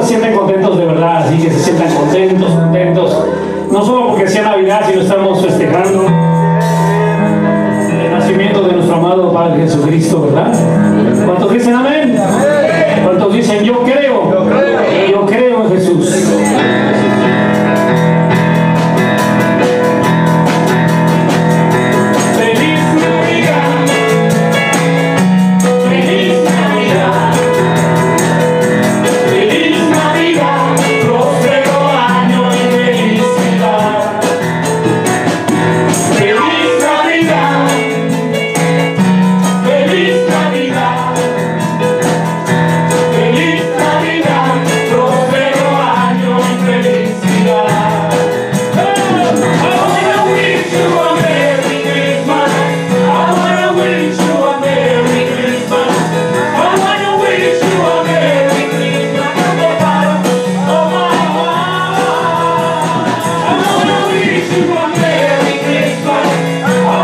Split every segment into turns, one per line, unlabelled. sienten contentos de verdad, así que se sientan contentos, contentos. No solo porque sea Navidad, sino estamos festejando el nacimiento de nuestro amado Padre Jesucristo, ¿verdad? ¿Cuántos dicen amén? ¿Cuántos dicen yo creo? Yo creo en Jesús. Feliz Navidad, feliz Navidad. Feliz Navidad, próspero año y felicidad. Feliz Navidad, feliz Navidad. Feliz Navidad, próspero año y felicidad. I wanna wish you a Merry Christmas. I wanna wish you a Merry Christmas. I wanna wish you a Merry Christmas from the bottom of my heart. I wanna wish you a Merry Christmas. I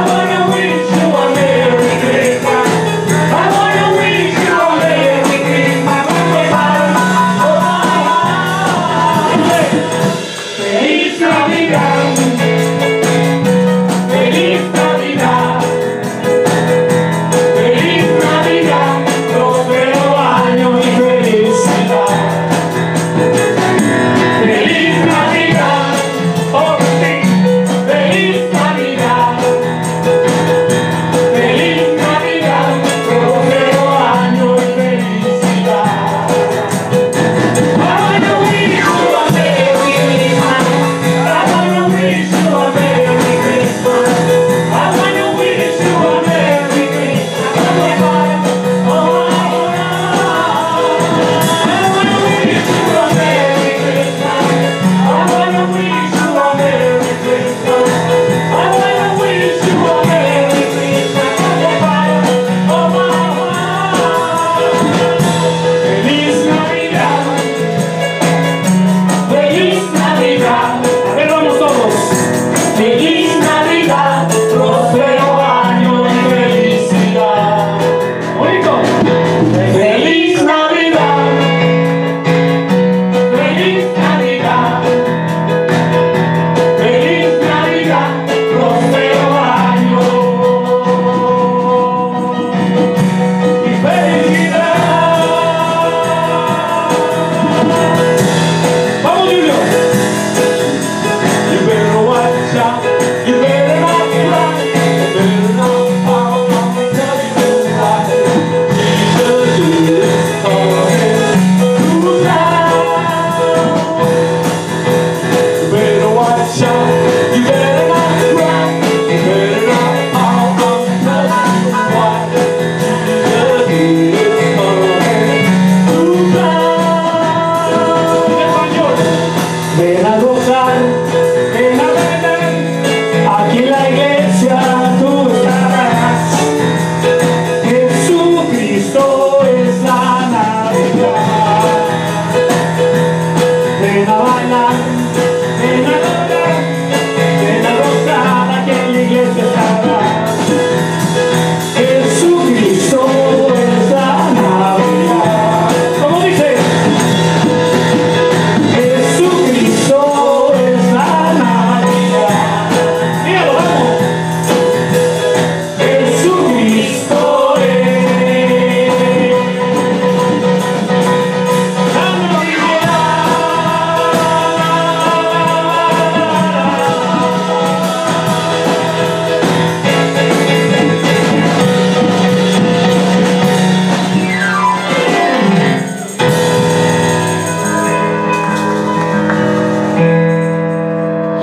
wanna wish you a Merry Christmas. I wanna wish you a Merry Christmas from the bottom of my heart. Feliz Navidad, feliz Navidad, feliz Navidad, próspero año y felicidad. Feliz Navidad, oh sí, feliz Navidad, feliz Navidad, próspero año y felicidad. I wanna wish you a merry Christmas. I wanna wish you a merry Christmas. I wanna wish you a merry Christmas from the bottom of my heart. I wanna wish you a merry Christmas. I wanna wish you a merry Christmas. I wanna wish you a merry Christmas from the bottom of my heart. Feliz Navidad. Feliz Navidad, a ver vamos todos. Feliz Navidad, próspero año y felicidad. Único. Feliz Navidad. Feliz Navidad. Feliz Navidad, próspero año y felicidad. Vamos, Julio. You better watch out. You better not cry. You better not pout. I'm gonna tell you this lie. Jesus is coming to town. You better watch out. You better not cry. You better not pout. I'm gonna tell you why. Jesus is coming to town. Ven a gozar, ven a Belén, aquí en la iglesia tú estarás. Jesucristo es la Navidad. Ven a bailar, ven a adorar, ven a gozar, aquí en la iglesia estarás. Jesucristo es la Navidad. ¿Cómo dice? Jesucristo es la Navidad. Dígalo, vamos. Jesucristo es la Navidad.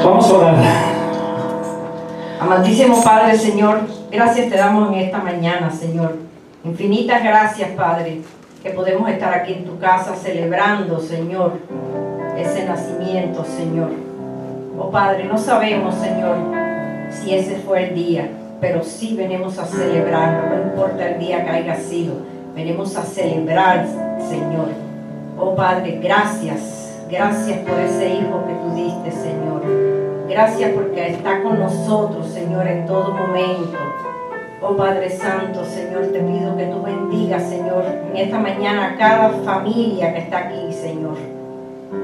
Vamos a orar.
Amantísimo Padre, Señor, gracias te damos en esta mañana, Señor. Infinitas gracias, Padre, que podemos estar aquí en tu casa celebrando, Señor, ese nacimiento, Señor. Oh Padre, no sabemos, Señor, si ese fue el día, pero sí venimos a celebrarlo, no importa el día que haya sido, venimos a celebrar, Señor. Oh Padre, gracias, gracias por ese hijo que tú diste, Señor. Gracias porque está con nosotros, Señor, en todo momento. Oh Padre Santo, Señor, te pido que tú bendigas, Señor, en esta mañana a cada familia que está aquí, Señor.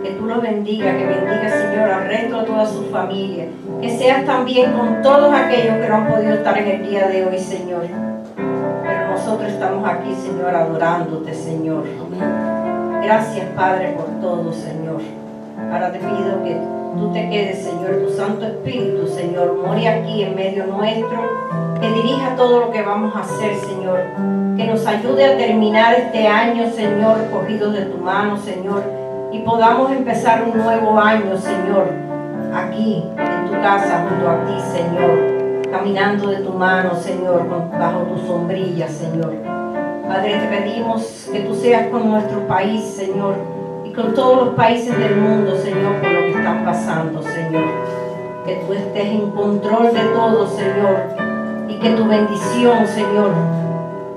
Que tú los bendigas, que bendiga, Señor, al resto de toda su familia. Que seas también con todos aquellos que no han podido estar en el día de hoy, Señor. Pero nosotros estamos aquí, Señor, adorándote, Señor. Gracias, Padre, por todo, Señor. Ahora te pido que tú te quedes, Señor, tu Santo Espíritu, Señor, more aquí en medio nuestro, que dirija todo lo que vamos a hacer, Señor, que nos ayude a terminar este año, Señor, cogidos de tu mano, Señor, y podamos empezar un nuevo año, Señor, aquí, en tu casa, junto a ti, Señor, caminando de tu mano, Señor, con- bajo tu sombrilla, Señor. Padre, te pedimos que tú seas con nuestro país, Señor, y con todos los países del mundo, Señor, por lo que están pasando, Señor. Que tú estés en control de todo, Señor, y que tu bendición, Señor,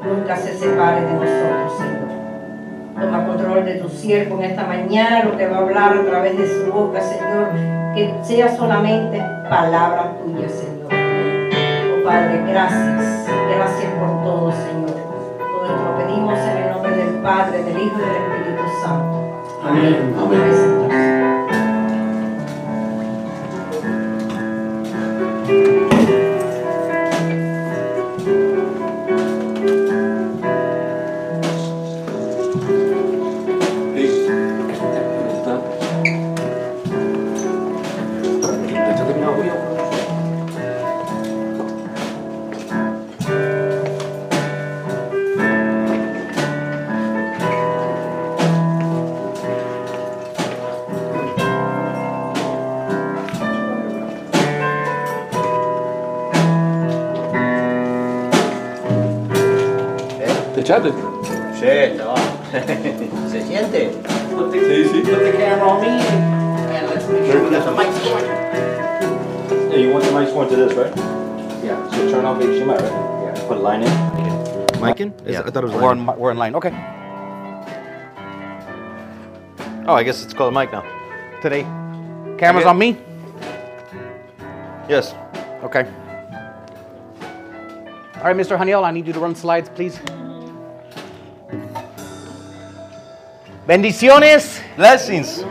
nunca se separe de nosotros, Señor. Toma control de tu siervo en esta mañana, lo que va a hablar a través de su boca, Señor, que sea solamente palabra tuya, Señor. Oh, Padre, gracias, gracias por todo, Señor. Todo esto lo pedimos en el nombre del Padre, del Hijo y del Espíritu Santo.
Amén.
Pueden sentarse.
¿Te echaste?
Sí, chaval. ¿Se siente?
Sí, sí.
Put the camera on me and let's make sure we got the mics going.
Yeah, you want the mics going to this, right?
Yeah.
So turn off HDMI, right? Yeah. Put a line in. Mic in? Is-
Yeah.
I thought it was
We're
line.
on, mi- we're in line. Okay. Oh, I guess it's called a mic now. Today, cameras on me. Yes. Okay. All right, Mr. Haniel, I need you to run slides, please. Bendiciones.
Blessings.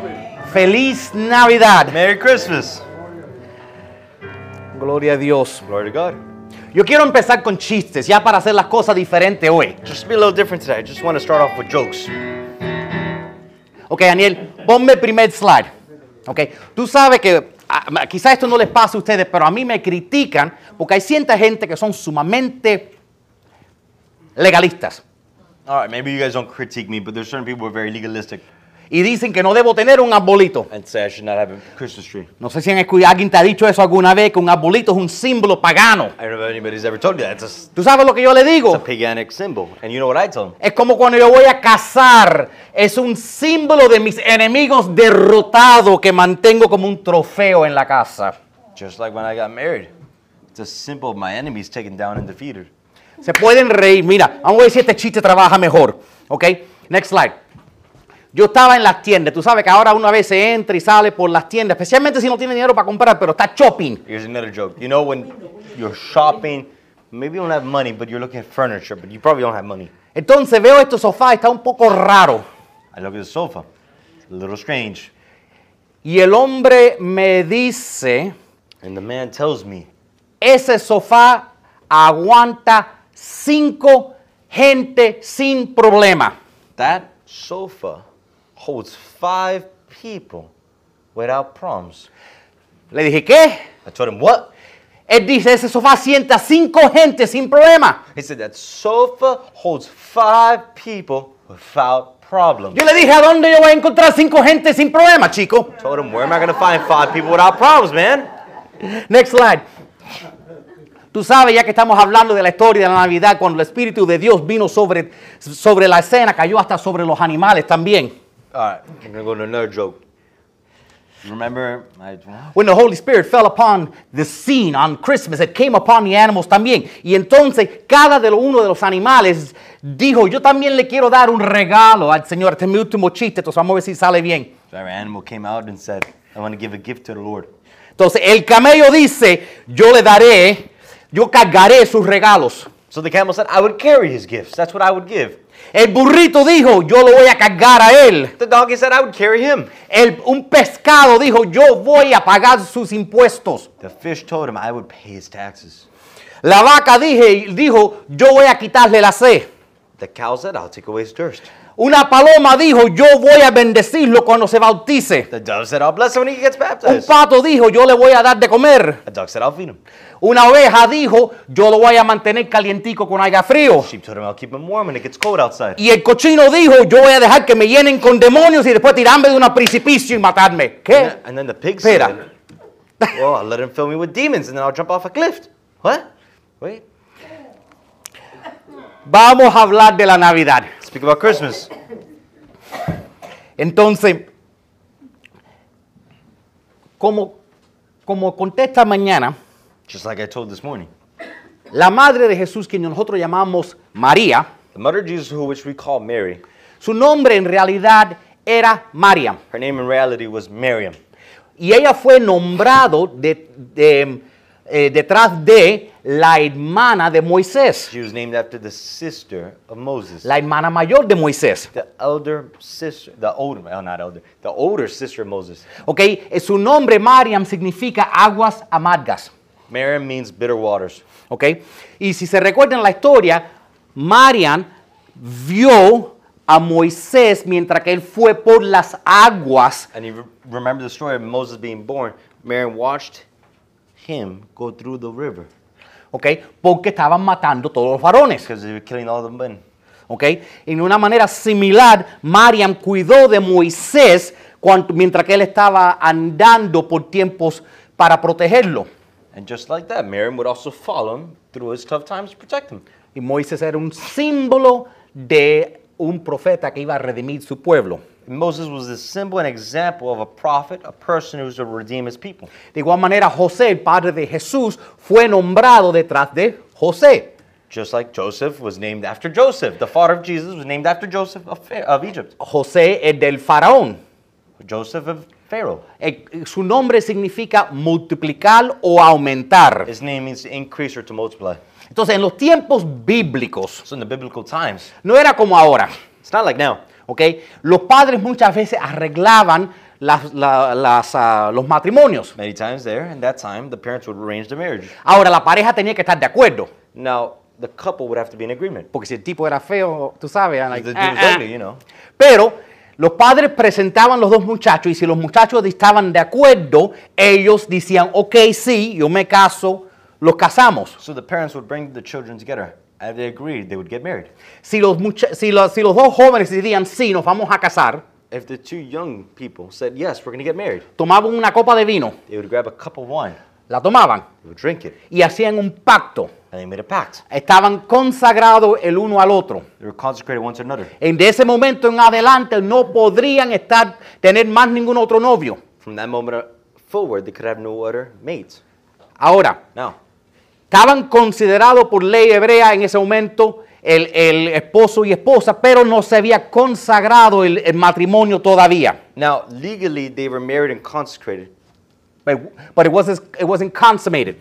Feliz Navidad.
Merry Christmas.
Gloria a Dios.
Glory to God.
Yo quiero empezar con chistes, ya para hacer las cosas diferente hoy.
Just to be a little different today. I just want to start off with jokes.
Ok, Daniel, ponme el primer slide. Ok, tú sabes que ah, quizás esto no les pasa a ustedes, pero a mí me critican porque hay cierta gente que son sumamente legalistas
All right, maybe you guys don't critique me, but there's certain people who are very legalistic
y dicen que no debo tener un arbolito.
and say I should not have a Christmas tree.
No sé si han escu- alguien te ha dicho eso alguna vez, que un arbolito es un símbolo pagano.
I don't know if anybody's ever told you that. It's a, s-
¿Tú sabes lo que yo le
it's
digo?
a paganic symbol. And you know what I tell them?
Es como cuando yo voy a cazar, es un símbolo de mis enemigos derrotado que mantengo como un trofeo en la casa.
Just like when I got married. It's a symbol of my enemies taken down and defeated.
Se pueden reír. Mira, vamos a ver si este chiste trabaja mejor. ¿Ok? Next slide. Yo estaba en las tiendas. Tú sabes que ahora una vez se entra y sale por las tiendas, especialmente si no tiene dinero para comprar, pero está shopping.
Here's another joke. You know when you're shopping, maybe you don't have money, but you're looking at furniture, but you probably don't have money.
Entonces veo este sofá, está un poco raro.
I look at the sofa. It's a little strange.
Y el hombre me dice,
And the man tells me,
ese sofá aguanta cinco gente sin problema.
that sofa holds five people without problems.
Le dije, ¿qué?
I told him, what?
Él dice, ese sofá sienta cinco gente sin problema.
He said, that sofa holds five people without problems.
Yo le dije, ¿a dónde yo voy a encontrar cinco gente sin problema, chico?
I told him, where am I gonna find five people without problems, man?
Next slide. Tú sabes, ya que estamos hablando de la historia de la Navidad, cuando el Espíritu de Dios vino sobre, sobre la escena, cayó hasta sobre los animales también.
All right, I'm gonna go to another joke. Remember, I,
When the Holy Spirit fell upon the scene on Christmas, it came upon the animals también. Y entonces cada de lo- uno de los animales dijo, yo también le quiero dar un regalo al Señor. Este es mi último chiste, entonces vamos a ver si sale bien.
Our animal came out and said, I want to give a gift to the Lord.
Entonces el camello dice, yo le daré, yo cargaré sus regalos.
So the camel said, I would carry his gifts. That's what I would give.
El burrito dijo, yo lo voy a cargar a él.
The donkey said, I would carry him.
El, un pescado dijo, yo voy a pagar sus impuestos.
The fish told him, I would pay his taxes.
La vaca dije- dijo, yo voy a quitarle la sed.
The cow said, I'll take away his thirst.
Una paloma dijo, yo voy a bendecirlo cuando se bautice.
The dove said, I'll bless him when he gets
Un
baptized.
pato dijo, yo le voy a dar de comer.
A duck said, I'll feed him.
Una oveja dijo, yo lo voy a mantener calientico cuando haya frío.
The sheep told him, I'll keep him warm when it gets cold outside.
Y el cochino dijo, yo voy a dejar que me llenen con demonios y después tirarme de un precipicio y matarme.
And
¿Qué?
then, and then the pig
Espera.
said, Well, I'll let him fill me with demons and then I'll jump off a cliff. What? Wait.
Vamos a hablar de la Navidad.
Speak about Christmas.
Entonces, como, como contesta mañana,
Just like I told this morning.
la madre de Jesús, que nosotros llamamos María,
The mother of Jesus, who which we call Mary,
su nombre en realidad era Mariam.
her name in reality was Miriam.
Y ella fue nombrado de- de, eh, detrás de la hermana de Moisés,
She was named after the sister of Moses.
la hermana mayor de Moisés.
the elder sister, the older, well, not elder, the older sister of Moses.
¿Ok? Eh, Su nombre Mariam significa aguas amargas.
Miriam means bitter waters.
¿Ok? Y si se recuerdan la historia, Mariam vio a Moisés mientras que él fue por las aguas.
And you re- remember the story of Moses being born. Miriam watched him go through the river
¿Ok? Porque estaban matando todos los varones.
because they were killing all the men.
¿Ok? En una manera similar, Mariam cuidó de Moisés cuando- mientras que él estaba andando por tiempos para protegerlo.
And just like that, Miriam would also follow him through his tough times to protect him.
Y Moisés era un símbolo de un profeta que iba a redimir su pueblo.
And Moses was a symbol and example of a prophet, a person who's to redeem his people.
De igual manera, José, el padre de Jesús, fue nombrado detrás de José.
Just like Joseph was named after Joseph. The father of Jesus was named after Joseph of, Pha- of Egypt.
José es del faraón.
Joseph of Pharaoh.
Eh, Su nombre significa multiplicar o aumentar.
His name means to increase or to multiply.
Entonces, en los tiempos bíblicos,
So in the biblical times,
no era como ahora.
it's not like now.
¿ok? Los padres muchas veces arreglaban las- la- las, ah, los matrimonios.
Many times there, in that time, the parents would arrange the marriage.
Ahora, la pareja tenía que estar de acuerdo.
Now, the couple would have to be in agreement.
Porque si el tipo era feo, tú sabes. I'm
If
like,
The dude
"Ah,
was
ah".
ugly, you know.
Pero los padres presentaban los dos muchachos y si los muchachos estaban de acuerdo, ellos decían, ok, sí, yo me caso, los casamos.
So the parents would bring the children together. And they agreed they would get married.
Si los, mucha- si los- si los dos jóvenes decían, sí, nos vamos a casar,
If the two young people said, yes, we're going to get married,
tomaban una copa de vino,
they would grab a cup of wine,
la tomaban
they would drink it,
y hacían un pacto.
and they made a pact.
Estaban consagrados el uno al otro.
They were consecrated one to another.
En de ese momento en adelante no podrían estar, tener más ningún otro novio.
From that moment uh, forward, they could have no other mates.
Ahora,
Now,
Estaban considerados por ley hebrea en ese momento el, el esposo y esposa, pero no se había consagrado el, el matrimonio todavía.
now legally, they were married and consecrated,
But, but it, wasn't, it wasn't consummated.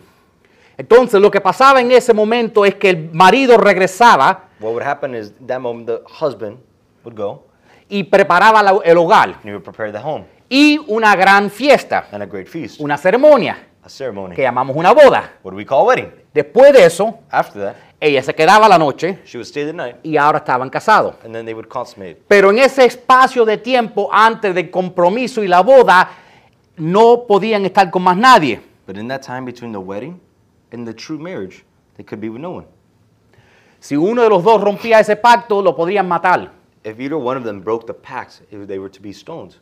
Entonces lo que pasaba en ese momento es que el marido regresaba
What would happen is that moment the husband would go
y preparaba la- el hogar
and he would prepare the home
y una gran fiesta,
and a great feast,
una ceremonia
a ceremony.
que llamamos una boda.
What do we call a wedding?
Después de eso,
After that,
ella se quedaba la noche
she would stay the night
y ahora estaban casados.
and then they would consummate.
Pero en ese espacio de tiempo antes del compromiso y la boda, no podían estar con más nadie.
But in that time between the wedding and the true marriage, they could be with no one.
Si uno de los dos rompía ese pacto, lo podrían matar.
If either one of them broke the pact, if they were to be stoned.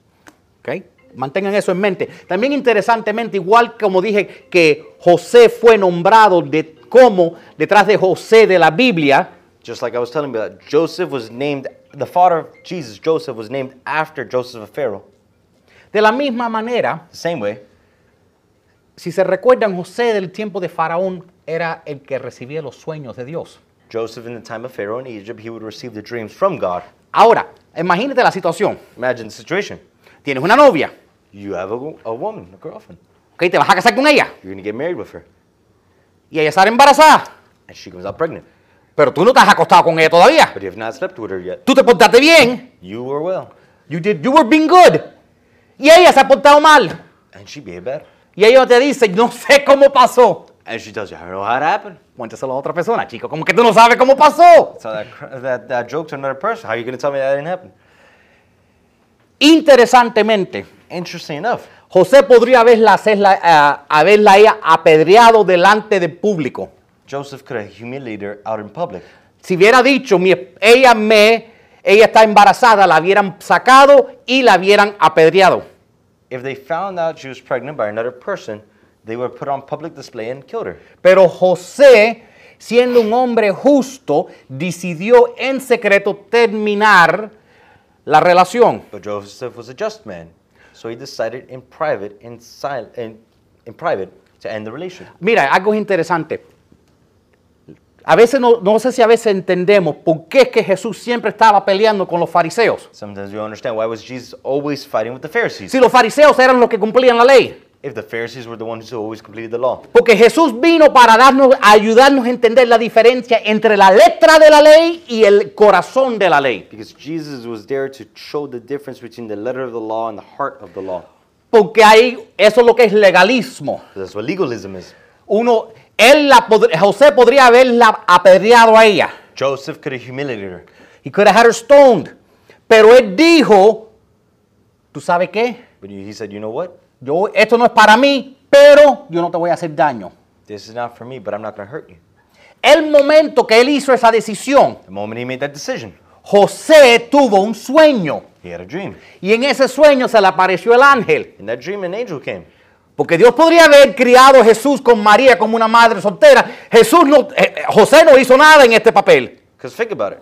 ¿ok? Mantengan eso en mente. También interesantemente, igual como dije que José fue nombrado de, como detrás de José de la Biblia,
Just like I was telling you that Joseph was named, the father of Jesus, Joseph, was named after Joseph of Pharaoh.
de la misma manera,
The same way,
si se recuerdan, José del tiempo de Faraón era el que recibía los sueños de Dios.
Joseph in the time of Pharaoh in Egypt, he would receive the dreams from God.
Ahora, imagínate la situación.
Imagine the situation.
Tienes una novia,
You have a, wo- a woman, a girlfriend.
¿ok? Te vas a casar con ella.
You're gonna get married with her.
y ella sale embarazada.
And she comes out pregnant.
Pero tú no te has acostado con ella todavía.
But you have not slept with her yet.
Tú te portaste bien.
You were well.
You, did, you were being good. Y ella se ha portado mal.
And she behaved bad.
Y ella te dice, no sé cómo pasó.
And she tells you, I don't know how it happened.
Cuéntaselo a otra persona, chico. Como que tú no sabes cómo pasó.
So that, cr- that, that joke to another person. How are you going to tell me that didn't happen?
Interesantemente,
Interesting enough,
José podría haberla, hacerla, ah, haberla a ella apedreado delante del público.
Joseph could have humiliated her out in public.
Si hubiera dicho, mi, ella me, ella está embarazada, la hubieran sacado y la hubieran apedreado.
If they found out she was pregnant by another person, they would have put on public display and killed her.
Pero José, siendo un hombre justo, decidió en secreto terminar la relación.
But Joseph was a just man, so he decided in private, in, sil- in, in private, to end the relationship.
Mira, algo interesante. A veces no, no sé si a veces entendemos por qué es que Jesús siempre estaba peleando con los fariseos.
Sometimes we don't understand why was Jesus always fighting with the Pharisees?
Si los fariseos eran los que cumplían la ley.
if the Pharisees were the ones who always completed the law.
Porque Jesús vino para darnos, ayudarnos a entender la diferencia entre la letra de la ley y el corazón de la ley.
Because Jesus was there to show the difference between the letter of the law and the heart of the law.
Porque ahí eso es lo que es legalismo.
That's what legalism is.
Uno, él la pod- José podría haberla apedreado a ella.
Joseph could have humiliated her.
He could have had her stoned. Pero él dijo, ¿tú sabes qué?
But he he said, you know what?
Yo, esto no es para mí, pero yo no te voy a hacer daño.
This is not for me, but I'm not going to hurt you.
El momento que él hizo esa decisión,
The moment he made that decision,
José tuvo un sueño.
he had a dream.
Y en ese sueño se le apareció el ángel.
In that dream, an angel came.
Porque Dios podría haber criado a Jesús con María como una madre soltera. Jesús no, eh, eh, José no hizo nada en este papel.
Because think about it.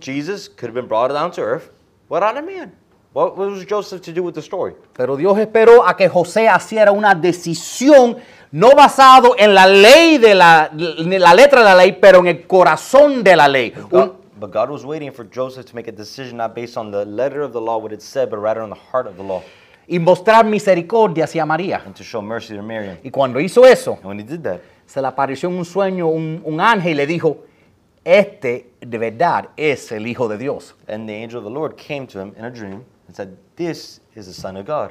Jesus could have been brought down to earth without a man. What was Joseph to do with the story?
Pero Dios esperó a que José hiciera una decisión no basado en la ley de la, ni la letra de la ley, pero en el corazón de la ley. Un-
God- but God was waiting for Joseph to make a decision not based on the letter of the law, what it said, but rather on the heart of the law,
y mostrar misericordia hacia María.
and to show mercy to Miriam.
Y cuando hizo eso,
And when he did that,
se le apareció en un sueño un, un ángel y le dijo, este de verdad es el Hijo de Dios.
and the angel of the Lord came to him in a dream and said, This is the Son of God.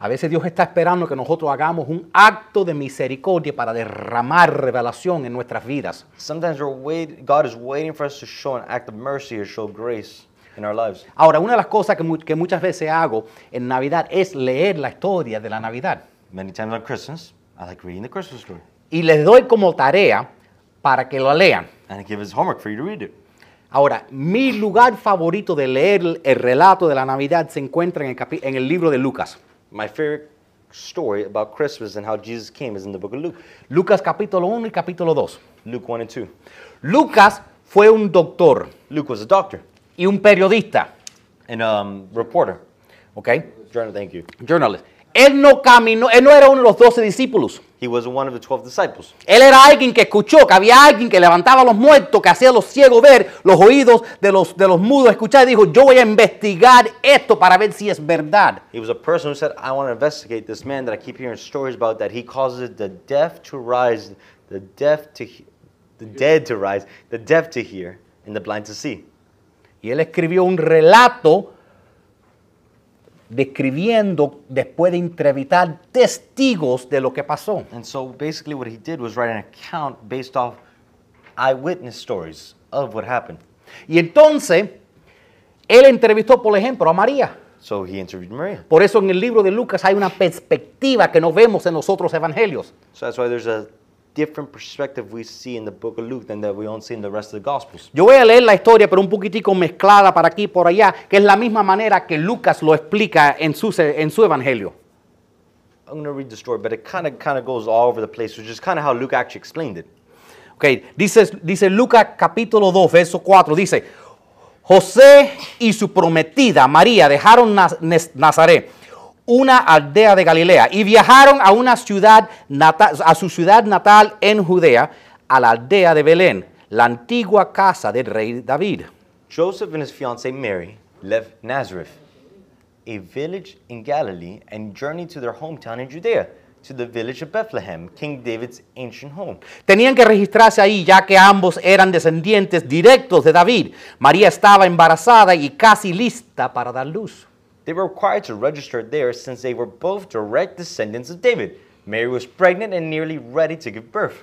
A veces Dios está esperando que nosotros hagamos un acto de misericordia para derramar revelación en nuestras vidas.
Sometimes we're wait- God is waiting for us to show an act of mercy or show grace in our lives.
Ahora, una de las cosas que, mu- que muchas veces hago en Navidad es leer la historia de la Navidad.
Many times on Christmas, I like reading the Christmas story,
Y les doy como tarea para que lo lean.
and I give his homework for you to read it.
Ahora, mi lugar favorito de leer el relato de la Navidad se encuentra en el, capi- en el libro de Lucas.
My favorite story about Christmas and how Jesus came is in the book of Luke,
Lucas capítulo 1 y capítulo 2.
Luke 1 and 2.
Lucas fue un doctor
Luke was a doctor
y un periodista,
and um, reporter.
¿ok?
Journal, thank you.
Journalist. Él no caminó, él no era uno de los doce discípulos.
He was one of the 12 disciples.
Él era alguien que escuchó, que había alguien que levantaba a los muertos, que hacía a los ciegos ver, los oídos de los, de los mudos escuchar y dijo, yo voy a investigar esto para ver si es verdad.
He was a person who said, I want to investigate this man that I keep hearing stories about that he causes the deaf to rise, the deaf to he- the dead to rise, the deaf to hear, and the blind to see.
Y él escribió un relato describiendo, después de entrevistar testigos de lo que pasó.
And so basically what he did was write an account based off eyewitness stories of what happened.
Y entonces, él entrevistó, por ejemplo, a María.
So he interviewed Maria.
Por eso en el libro de Lucas hay una perspectiva que no vemos en los otros evangelios.
So that's why there's a different perspective we see in the book of Luke than that we don't see in the rest of the Gospels.
Yo voy a leer la historia, pero un poquitico mezclada para aquí y por allá, que es la misma manera que Lucas lo explica en su, en su evangelio.
I'm going to read the story, but it kind of kind of goes all over the place, which is kind of how Luke actually explained it.
Ok, dice, dice Lucas capítulo 2, verso 4, dice, José y su prometida María dejaron Naz- Nez- Nazaret, una aldea de Galilea, y viajaron a una ciudad nata- a su ciudad natal en Judea, a la aldea de Belén, la antigua casa del rey David.
Joseph and his fiancee Mary left Nazareth, a village in Galilee, and journeyed to their hometown in Judea, to the village of Bethlehem, King David's ancient home.
Tenían que registrarse ahí ya que ambos eran descendientes directos de David. María estaba embarazada y casi lista para dar luz.
They were required to register there since they were both direct descendants of David. Mary was pregnant and nearly ready to give birth.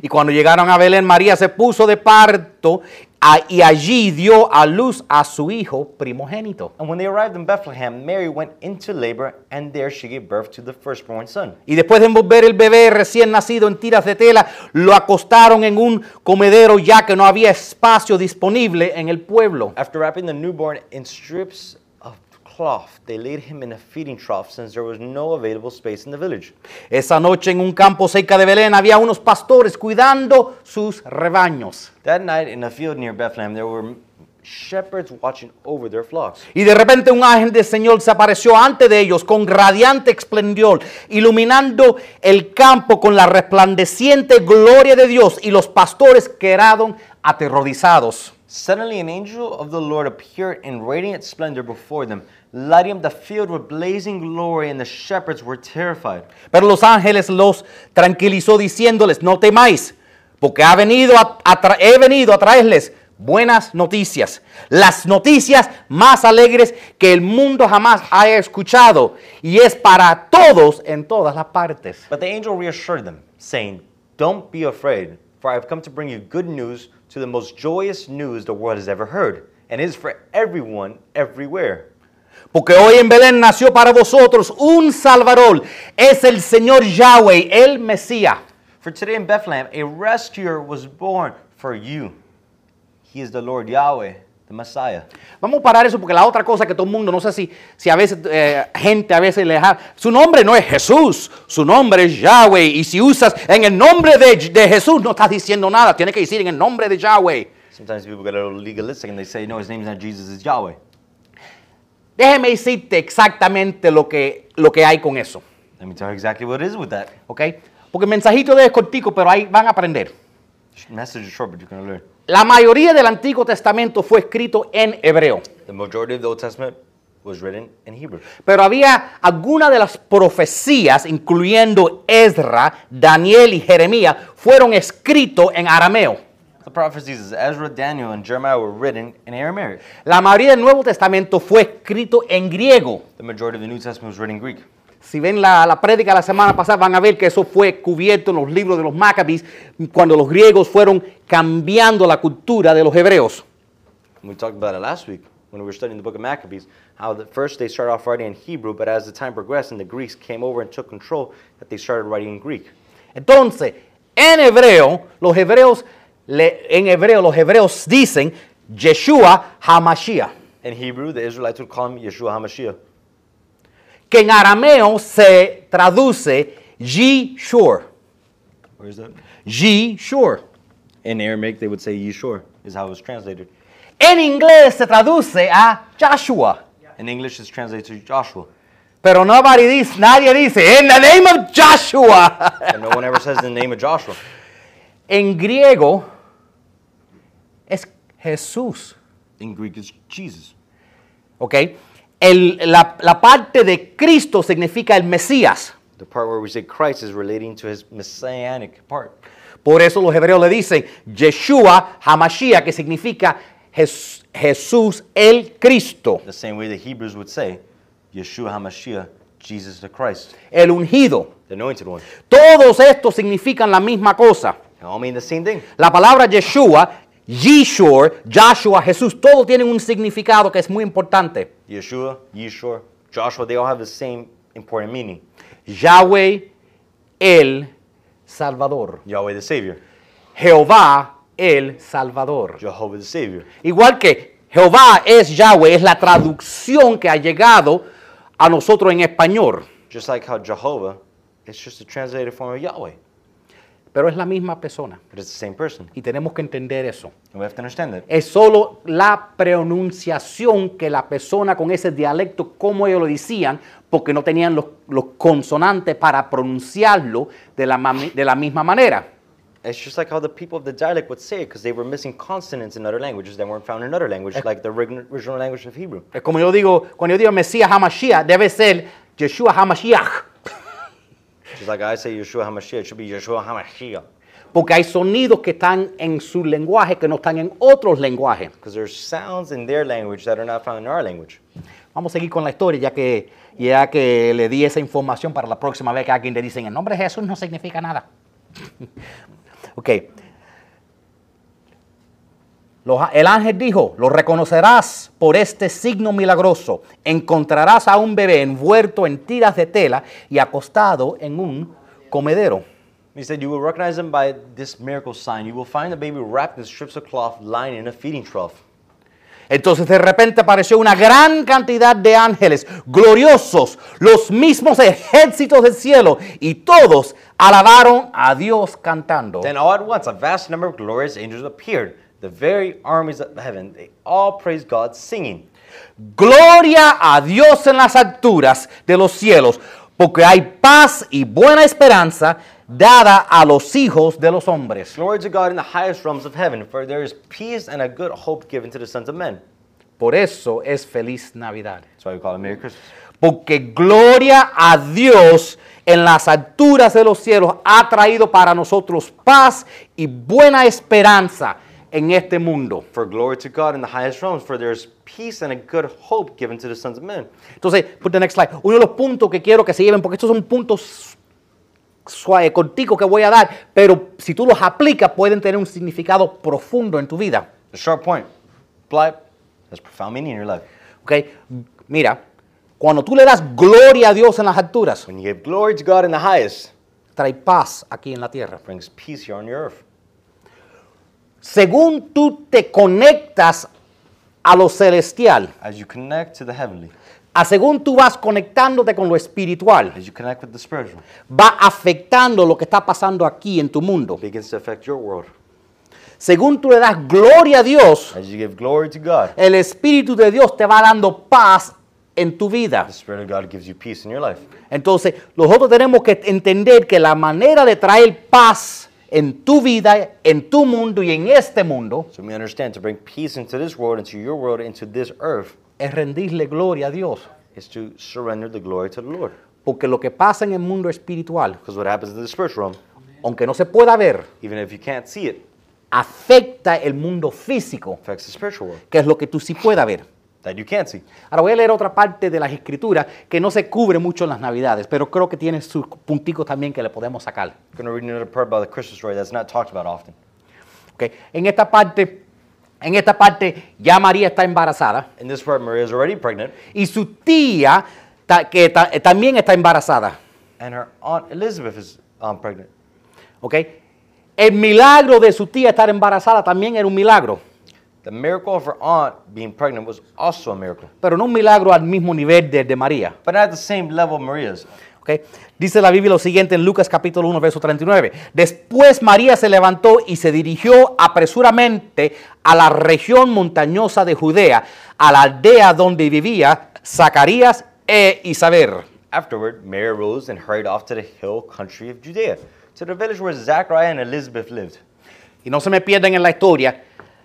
Y cuando llegaron a Belén, María se puso de parto a- y allí dio a luz a su hijo primogénito.
And when they arrived in Bethlehem, Mary went into labor and there she gave birth to the firstborn son.
Y después de envolver el bebé recién nacido en tiras de tela, lo acostaron en un comedero ya que no había espacio disponible en el pueblo.
After wrapping the newborn in strips of cloth, they laid him in a feeding trough since there was no available space in the village.
Esa noche en un campo cerca de Belén había unos pastores cuidando sus rebaños.
That night, in a field near Bethlehem, there were shepherds watching over their flocks.
Y de repente un ángel del Señor se apareció ante de ellos con radiante esplendor, iluminando el campo con la resplandeciente gloria de Dios y los pastores quedaron aterrorizados.
Suddenly, an angel of the Lord appeared in radiant splendor before them, lighting up the field with blazing glory, and the shepherds were terrified.
Pero los ángeles los tranquilizó diciéndoles, no temáis, porque ha venido a- a tra- he venido a traerles buenas noticias, las noticias más alegres que el mundo jamás haya escuchado, y es para todos en todas las partes.
But the angel reassured them, saying, Don't be afraid, for I have come to bring you good news to the most joyous news the world has ever heard, and it is for everyone, everywhere.
Porque hoy en Belén nació para vosotros un Salvador, es el Señor Yahweh, el Mesías.
For today in Bethlehem, a rescuer was born for you. He is the Lord Yahweh, the Messiah.
Vamos a parar eso porque la otra cosa que todo el mundo, no sé si, si a veces eh, gente a veces le deja, su nombre no es Jesús, su nombre es Yahweh. Y si usas en el nombre de, de Jesús no estás diciendo nada, tienes que decir en el nombre de Yahweh.
Sometimes people get a little legalistic and they say, No, his name's not Jesus, it's Yahweh.
Déjeme decirte exactamente lo que, lo que hay con eso,
Let me tell you exactly what it is with that.
¿ok? Porque el mensajito de es cortico, pero ahí van a aprender.
Message is short, but you're going to learn.
La mayoría del Antiguo Testamento fue escrito en hebreo.
The majority of the Old Testament was written in Hebrew.
Pero había algunas de las profecías, incluyendo Ezra, Daniel y Jeremías, fueron escritos en arameo.
The prophecies of Ezra, Daniel, and Jeremiah were written in Aramaic.
La mayoría del Nuevo Testamento fue escrito en griego.
The majority of the New Testament was written in Greek.
Si ven la, la prédica la semana pasada, van a ver que eso fue cubierto en los libros de los Maccabees, cuando los griegos fueron cambiando la cultura de los hebreos.
And we talked about it last week when we were studying the book of Maccabees, how the first they started off writing in Hebrew, but as the time progressed and the Greeks came over and took control, that they started writing in Greek.
Entonces, en hebreo, los hebreos, le- en hebreo, los hebreos dicen Yeshua Hamashiach.
In Hebrew, the Israelites would call him Yeshua HaMashiach.
que en arameo se traduce G-Shore.
Where is that?
G-Shore.
In Aramaic, they would say Yeshua, is how it was translated.
En inglés se traduce a Joshua.
In English, it's translated to Joshua.
Pero nobody dice, nadie dice, in the name of Joshua.
And no one ever says the name of Joshua.
en griego es Jesús.
In Greek, it's Jesus.
¿Ok? El- la, la parte de Cristo significa el Mesías.
The part where we say Christ is relating to his messianic part.
Por eso los hebreos le dicen Yeshua Hamashiach, que significa Jes- Jesús el Cristo,
The same way the Hebrews would say Yeshua HaMashiach, Jesus the Christ,
el ungido.
the anointed one.
Todos estos significan la misma cosa.
They all mean the same thing.
La palabra Yeshua, Yeshua, Joshua, Jesús, todos tienen un significado que es muy importante.
Yeshua, Yeshua, Joshua, they all have the same important meaning.
Yahweh, el Salvador.
Yahweh the Savior,
Jehová, el Salvador.
Jehovah the Savior.
Igual que Jehová es Yahweh, es la traducción que ha llegado a nosotros en español,
Just like how Jehovah it's just a translated form of Yahweh,
pero es la misma persona.
but it's the same person.
Y tenemos que entender eso.
And we have to understand that.
Es solo la pronunciación que la persona con ese dialecto, como ellos lo decían, porque no tenían los, los consonantes para pronunciarlo de la, mami- de la misma manera.
It's just like how the people of the dialect would say it because they were missing consonants in other languages that weren't found in other languages, like the orig- original language of Hebrew.
Es como yo digo, cuando yo digo Mesías Hamashiach, debe ser Yeshua Hamashiach.
Just like I say Yeshua HaMashiach, it should be Yeshua HaMashiach.
Porque hay sonidos que están en su lenguaje que no están en otros lenguajes.
Because there's sounds in their language that are not found in our language.
Vamos a seguir con la historia ya que, ya que le di esa información para la próxima vez que alguien le dice en el nombre de Jesús no significa nada. ok. Los a- el ángel dijo, lo reconocerás por este signo milagroso. Encontrarás a un bebé envuelto en tiras de tela y acostado en un comedero.
He said, You will recognize them by this miracle sign. You will find the baby wrapped in strips of cloth, lying in a feeding trough.
Entonces de repente apareció una gran cantidad de ángeles gloriosos, los mismos ejércitos del cielo, y todos alabaron a Dios cantando.
Then all at once, a vast number of glorious angels appeared. The very armies of heaven, they all praised God, singing,
Gloria a Dios en las alturas de los cielos, porque hay paz y buena esperanza dada a los hijos de los hombres.
Glory to God in the highest realms of heaven, for there is peace and a good hope given to the sons of men.
Por eso es feliz Navidad.
That's why we call it Merry Christmas.
Porque gloria a Dios en las alturas de los cielos ha traído para nosotros paz y buena esperanza en este mundo.
For glory to God in the highest realms, for there is peace and a good hope given to the sons of men.
Entonces, put the next slide. Uno de los puntos que quiero que se lleven, porque estos son puntos suaves, corticos que voy a dar, pero si tú los aplicas pueden tener un significado profundo en tu vida.
A sharp point. Blight has profound meaning in your life.
¿ok? Mira, cuando tú le das gloria a Dios en las alturas,
When you give glory to God in the highest,
trae paz aquí en la tierra.
brings peace here on your earth.
Según tú te conectas a lo celestial,
As you connect to the heavenly,
a según tú vas conectándote con lo espiritual,
as you connect with the spiritual,
va afectando lo que está pasando aquí en tu mundo.
it begins to affect your world.
Según tú le das gloria a Dios,
As you give glory to God,
el Espíritu de Dios te va dando paz en tu vida.
the Spirit of God gives you peace in your life.
Entonces, nosotros tenemos que entender que la manera de traer paz en tu vida, en tu mundo y en este mundo,
So we understand to bring peace into this world, into your world, into this earth,
es rendirle gloria a Dios.
is to surrender the glory to the Lord.
Porque lo que pasa en el mundo espiritual,
Because what happens in the spiritual realm,
aunque no se pueda ver,
even if you can't see it,
afecta el mundo físico,
affects the spiritual world
que es lo que tú sí puedas ver.
that you can't see.
Ahora voy a leer otra parte de las escrituras que no se cubre mucho en las navidades, pero creo que tiene sus punticos también que le podemos sacar.
I'm going to read another part about the Christmas story that's not talked about often.
¿ok? En esta parte, en esta parte ya María está embarazada
In this part, Maria is already pregnant,
y su tía ta- que ta- eh, también está embarazada,
and her aunt Elizabeth is um, pregnant.
¿ok? El milagro de su tía estar embarazada también era un milagro,
The miracle of her aunt being pregnant was also a miracle,
pero no un milagro al mismo nivel de, de María.
but not at the same level of Maria's.
¿ok? Dice la Biblia lo siguiente en Lucas capítulo 1, verso 39. Después María se levantó y se dirigió apresuramente a la región montañosa de Judea, a la aldea donde vivía Zacarías e Isabel.
Afterward, Mary rose and hurried off to the hill country of Judea, to the village where Zachariah and Elizabeth lived.
Y no se me pierdan en la historia.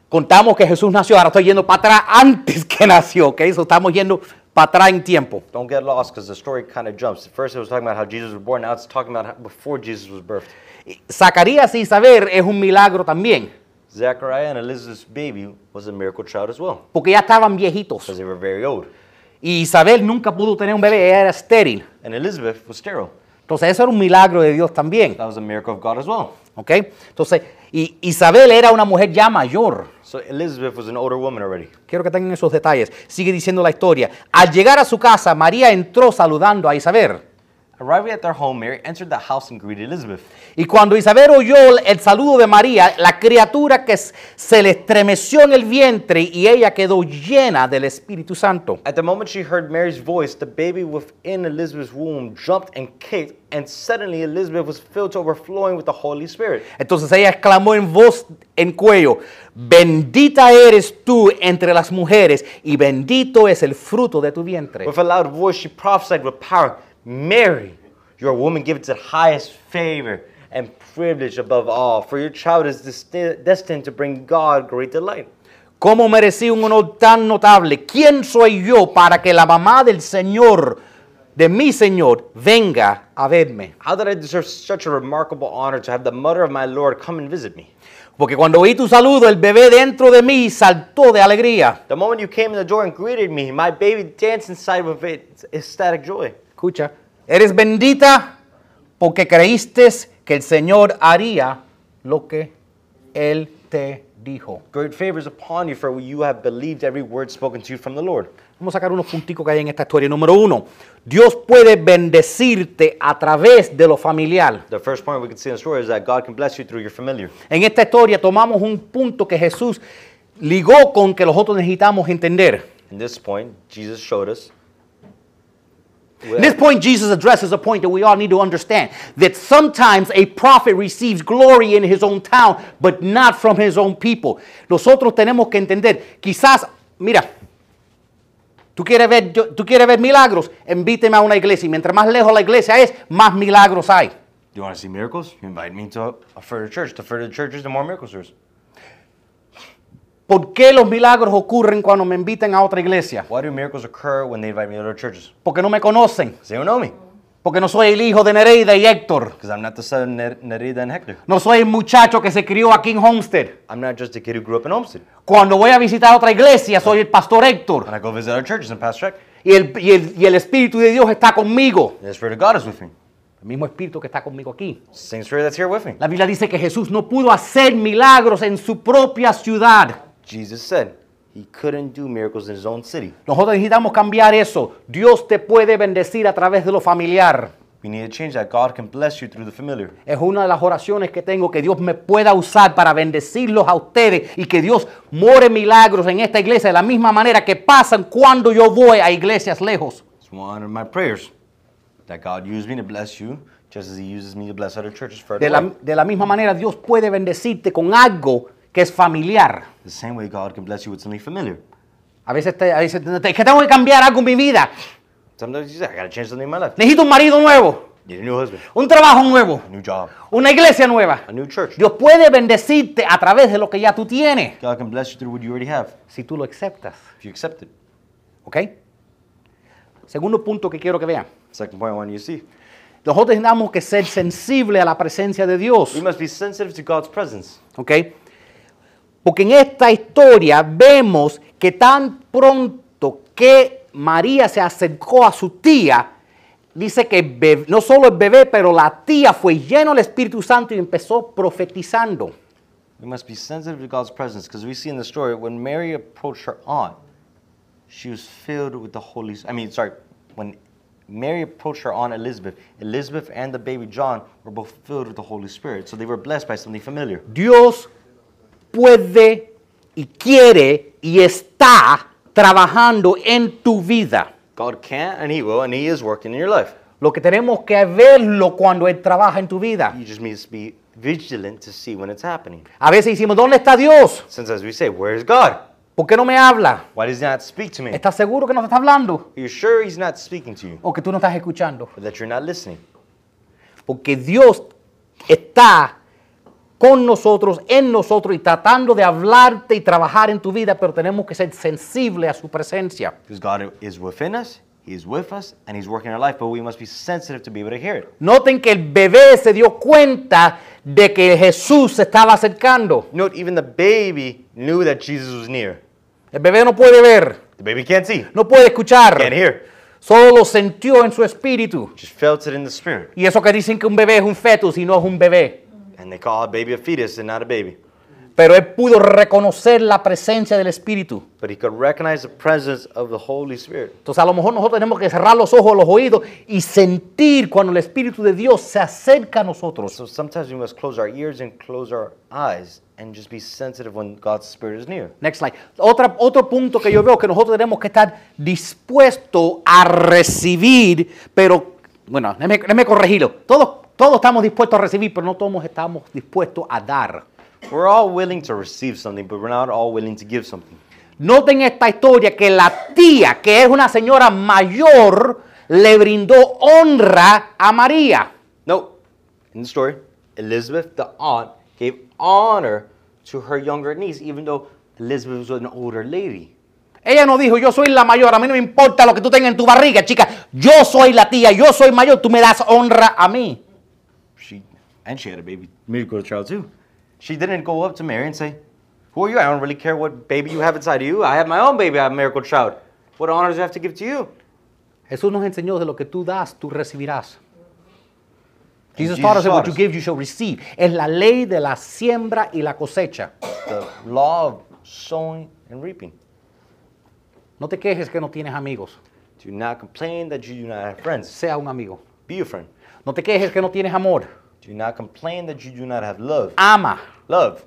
Contamos que Jesús nació, ahora estoy yendo para atrás antes que nació, ¿ok? So, estamos yendo para atrás en tiempo.
Don't get lost because the story kind of jumps. First, it was talking about how Jesus was born. Now it's talking about how, before Jesus was birthed.
Y Zacarías e Isabel es un milagro también,
Zachariah and Elizabeth's baby was a miracle child as well
porque ya estaban viejitos.
because they were very old.
Y Isabel nunca pudo tener un bebé, ella era estéril.
And Elizabeth was sterile.
Entonces eso era un milagro de Dios también,
That was a miracle of God as well.
¿ok? Entonces, y Isabel era una mujer ya mayor.
So Elizabeth was an older woman already.
Quiero que tengan esos detalles. Sigue diciendo la historia. Al llegar a su casa, María entró saludando a Isabel.
Arriving at their home, Mary entered the house and greeted Elizabeth.
Y cuando Isabel oyó el saludo de María, la criatura que s- se le estremeció en el vientre y ella quedó llena del Espíritu Santo.
At the moment she heard Mary's voice, the baby within Elizabeth's womb jumped and kicked, and suddenly Elizabeth was filled to overflowing with the Holy Spirit.
Entonces ella exclamó en voz en cuello, bendita eres tú entre las mujeres y bendito es el fruto de tu vientre.
With a loud voice, she prophesied with power Mary, you're a woman given to the highest favor and privilege above all, for your child is desti- destined to bring God great delight.
¿Cómo merecí un honor tan notable? ¿Quién soy yo para que la mamá del Señor de mi Señor venga a verme.
How did I deserve such a remarkable honor to have the mother of my Lord come and visit me?
Porque cuando oí tu saludo, el bebé dentro de mí saltó de alegría.
The moment you came in the door and greeted me, my baby danced inside with ec- ecstatic joy.
Escucha, eres bendita porque creíste que el Señor haría lo que Él te dijo.
Great favors upon you, for you have believed every word spoken to you from the Lord.
Vamos a sacar unos punticos que hay en esta historia. Número uno, Dios puede bendecirte a través de lo familiar.
The first point we can see in the story is that God can bless you through your familiar.
En esta historia tomamos un punto que Jesús ligó con que nosotros necesitamos entender.
In this point, Jesus showed us.
This point Jesus addresses a point that we all need to understand that sometimes a prophet receives glory in his own town, but not from his own people. Nosotros tenemos que entender, quizás, mira, tú quieres ver, yo- tú quieres ver milagros, invíteme a una iglesia. Y mientras más lejos la iglesia es, más milagros hay.
you want to see miracles? You invite me to a further church. The further churches, the more miracles there's.
¿Por qué los milagros ocurren cuando me invitan a otra iglesia?
Why do miracles occur when they invite me to other churches?
Porque no me conocen,
'Cause they don't know me.
porque no soy el hijo de Nereida y Héctor.
Because I'm not the son of Ner- Nerida and Hector.
No soy el muchacho que se crió aquí en Homestead.
I'm not just a kid who grew up in Olmsted.
Cuando voy a visitar otra iglesia, soy el pastor Héctor.
When I go visit other churches in Pastor Trek,
Y el, y el- y el Espíritu de Dios está conmigo.
the Spirit of God is with me.
El mismo Espíritu que está conmigo aquí.
It's the same Spirit that's here with me.
La Biblia dice que Jesús no pudo hacer milagros en su propia ciudad.
Jesus said he couldn't do miracles in his own city.
Nosotros necesitamos cambiar eso. Dios te puede bendecir a través de lo familiar.
We need to change that. God can bless you through the familiar.
Es una de las oraciones que tengo, que Dios me pueda usar para bendecirlos a ustedes y que Dios more milagros en esta iglesia de la misma manera que pasan cuando yo voy a iglesias lejos.
It's one of my prayers that God use me to bless you just as he uses me to bless other churches further.
De la,
away.
de la misma manera Dios puede bendecirte con algo que es familiar.
The same way God can bless you with something familiar.
A veces, te, a veces te- es que tengo que cambiar algo en mi vida.
Sometimes you say, I gotta change something in my life.
Necesito un marido nuevo,
Need a new husband,
un trabajo nuevo,
a new job,
una iglesia nueva.
a new church.
Dios puede bendecirte a través de lo que ya tú tienes,
God can bless you through what you already have
si tú lo aceptas.
if you accept it.
¿Ok? Segundo punto que quiero que vean.
Second point I want you to see.
Nosotros tenemos que ser sensibles a la presencia de
We
Dios.
must be sensitive to God's presence.
¿Ok? Porque en esta historia vemos que tan pronto que María se acercó a su tía, dice que el bebé- no solo el bebé, pero la tía fue lleno del Espíritu Santo y empezó profetizando.
We must be sensitive to God's presence because we see in the story when Mary approached her aunt, she was filled with the Holy. I mean, sorry, when Mary approached her aunt Elizabeth, Elizabeth and the baby John were both filled with the Holy Spirit, so they were blessed by something familiar.
Dios puede y quiere y está trabajando en tu vida.
God can and He will, and He is working in your life.
Lo que tenemos que verlo cuando Él trabaja en tu vida.
You just need to be vigilant to see when it's happening.
A veces decimos, ¿dónde está Dios?
Since, as we say, where is God?
¿Por qué no me habla?
Why does He not speak to me? Are
¿Estás seguro que no te está hablando?
you sure He's not speaking to you,
o que tú no estás escuchando.
or that you're not listening?
Porque Dios está con nosotros, en nosotros y tratando de hablarte y trabajar en tu vida, pero tenemos que ser sensibles a su presencia.
Because God is within us, He is with us, and He's working in our life, but we must be sensitive to be able to hear it.
Noten que el bebé se dio cuenta de que Jesús se estaba acercando.
Note, even the baby knew that Jesus was near.
El bebé no puede ver,
The baby can't see,
no puede escuchar,
can't hear,
solo lo sintió en su espíritu.
just felt it in the spirit.
Y eso que dicen que un bebé es un fetus y no es un bebé.
And they call a baby a fetus and not a baby.
Pero él pudo reconocer la presencia del espíritu.
But he could recognize the presence of the Holy Spirit.
Entonces a lo mejor nosotros tenemos que cerrar los ojos, los oídos y sentir cuando el Espíritu de Dios se acerca a nosotros.
So sometimes we must close our ears and close our eyes and just be sensitive when God's Spirit is near.
Next slide. Otra- otro punto que yo veo que nosotros tenemos que estar dispuestos a recibir, pero bueno, déjeme, déjeme corregirlo. Todos, todos estamos dispuestos a recibir, pero no todos estamos dispuestos a dar.
We're all willing to receive something, but we're not all willing to give something.
Noten esta historia que la tía, que es una señora mayor, le brindó honra a María.
No, in the story, Elizabeth, the aunt, gave honor to her younger niece, even though Elizabeth was an older lady.
Ella no dijo, yo soy la mayor, a mí no me importa lo que tú tengas en tu barriga, chica. Yo soy la tía, yo soy mayor, tú me das honra a mí.
She and she had a baby miracle child too. She didn't go up to Mary and say, "Who are you? I don't really care what baby you have inside of you. I have my own baby. I have a miracle child. What honor do I have to give to you?"
Jesús nos enseñó de lo que tú das, tú recibirás.
And
Jesus taught us that what
taught
you
us
give, you shall receive. Es la ley de la siembra y la cosecha.
the law of sowing and reaping.
No te quejes que no tienes amigos.
Do not complain that you do not have friends.
Sea un amigo.
Be a friend.
No te quejes que no tienes amor.
Do not complain that you do not have love.
Ama.
Love.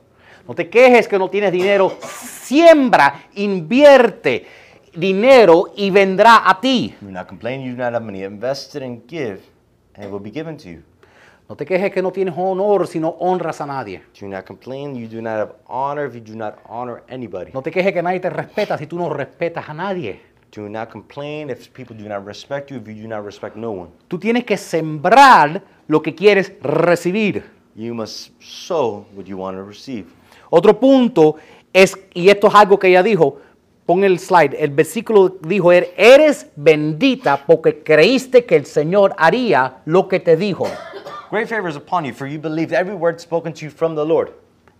No te quejes que no tienes dinero. Siembra, invierte dinero y vendrá a ti.
Do not complain you do not have money. Invest it and give, and it will be given to you.
No te quejes que no tienes honor si no honras a nadie.
Do not complain you do not have honor if you do not honor anybody.
No te quejes que nadie te respeta si tú no respetas a nadie.
Do not complain if people do not respect you if you do not respect no one.
Tú tienes que sembrar lo que quieres recibir.
You must sow what you want to receive.
Otro punto es, y esto es algo que ella dijo, pon el slide, el versículo dijo, er- eres bendita porque creíste que el Señor haría lo que te dijo.
Great favor is upon you, for you believed every word spoken to you from the Lord.